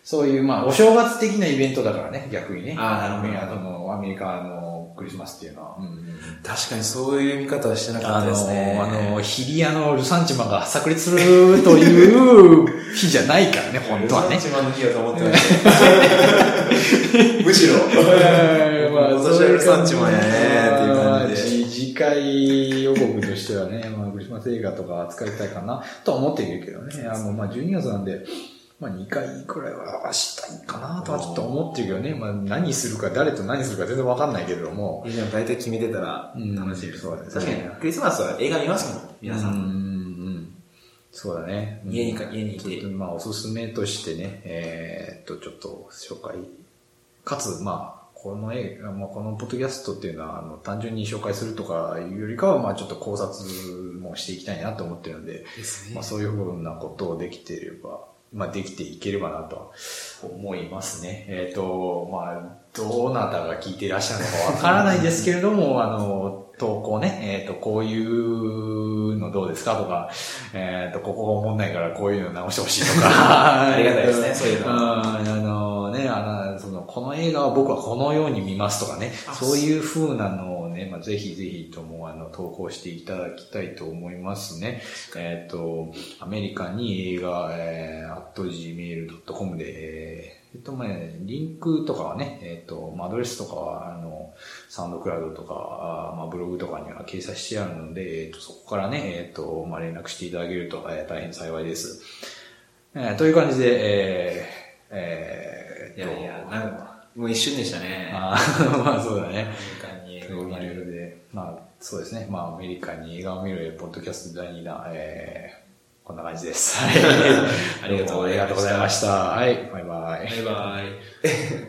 Speaker 1: そういう、まあ、お正月的なイベントだからね、逆にね。
Speaker 2: あ
Speaker 1: ア
Speaker 2: ーなるほど
Speaker 1: メリカのアメリカのクリスマスっていうのは。うんうん
Speaker 2: 確かにそういう見方はしてなか
Speaker 1: あ
Speaker 2: ったですね。
Speaker 1: の、あの、ヒリアのルサンチマンが炸裂するという日じゃないからね、本当
Speaker 2: (laughs)
Speaker 1: はね
Speaker 2: 一。番の日だと思ってま (laughs) した。むしろ。まあ、私はルサンチマンやねっていう感じで。
Speaker 1: まあ次回予告としてはね、まあ、クリスマス映画とか扱いたいかなとは思っているけどね、あの、まあ、12月なんで、まあ、2回くらいはしたいかなとはちょっと思ってるけどね、まあ、何するか、誰と何するか全然わかんないけれども、
Speaker 2: いやでも大体決めてたら
Speaker 1: うん
Speaker 2: 楽しいです。
Speaker 1: そうです
Speaker 2: 確かに、クリスマスは映画見ますもん、皆さ
Speaker 1: うん
Speaker 2: ん。
Speaker 1: うん、そうだね。
Speaker 2: 家にか、家にい
Speaker 1: ちょってと。まあ、おすすめとしてね、えーっと、ちょっと紹介。かつ、まあ、この映画、まあ、このポッドキャストっていうのは、あの、単純に紹介するとかいうよりかは、まあ、ちょっと考察もしていきたいなと思ってるので、
Speaker 2: です
Speaker 1: まあ、そういうふうなことをできていれば、まあ、できていければなと思いますね。えっ、と、まあ、どなたが聞いていらっしゃるのかわからないですけれど (laughs) も、あの、投稿ね、えっ、と、こういうのどうですかとか、えっ、と、ここが思んないからこういうの直してほしいとか。 (laughs)
Speaker 2: ありがたいですね、そういう
Speaker 1: うん。
Speaker 2: のは。
Speaker 1: あのね、あの、その、この映画は僕はこのように見ますとかね、
Speaker 2: あ
Speaker 1: そういう風なのをね、まあ、ぜひぜひとも、あの、投稿していただきたいと思いますね。えっ、と、アメリカに映画、えー、gmail.com で、えーえっと、まあ、リンクとかはね、えっ、と、まあ、アドレスとかは、あの、サウンドクラウドとか、あーまあ、ブログとかには掲載してあるので、えっ、と、そこからね、えっ、と、まあ、連絡していただけると、えー大変幸いです。えーという感じで、えー、え
Speaker 2: い
Speaker 1: ーっと、
Speaker 2: やいや、なんか、もう一瞬でしたね。
Speaker 1: まあ、 (laughs) まあそうだね。
Speaker 2: 間に映
Speaker 1: と
Speaker 2: 画を見
Speaker 1: いう
Speaker 2: る。
Speaker 1: ことで、まあそうですね、まあアメリカに映画を見るポッドキャスト第2弾、えー、こんな感じです。はい。
Speaker 2: (laughs) ありがとう
Speaker 1: (laughs) どもありがとうございました。はい、バイバイ
Speaker 2: バイバイ。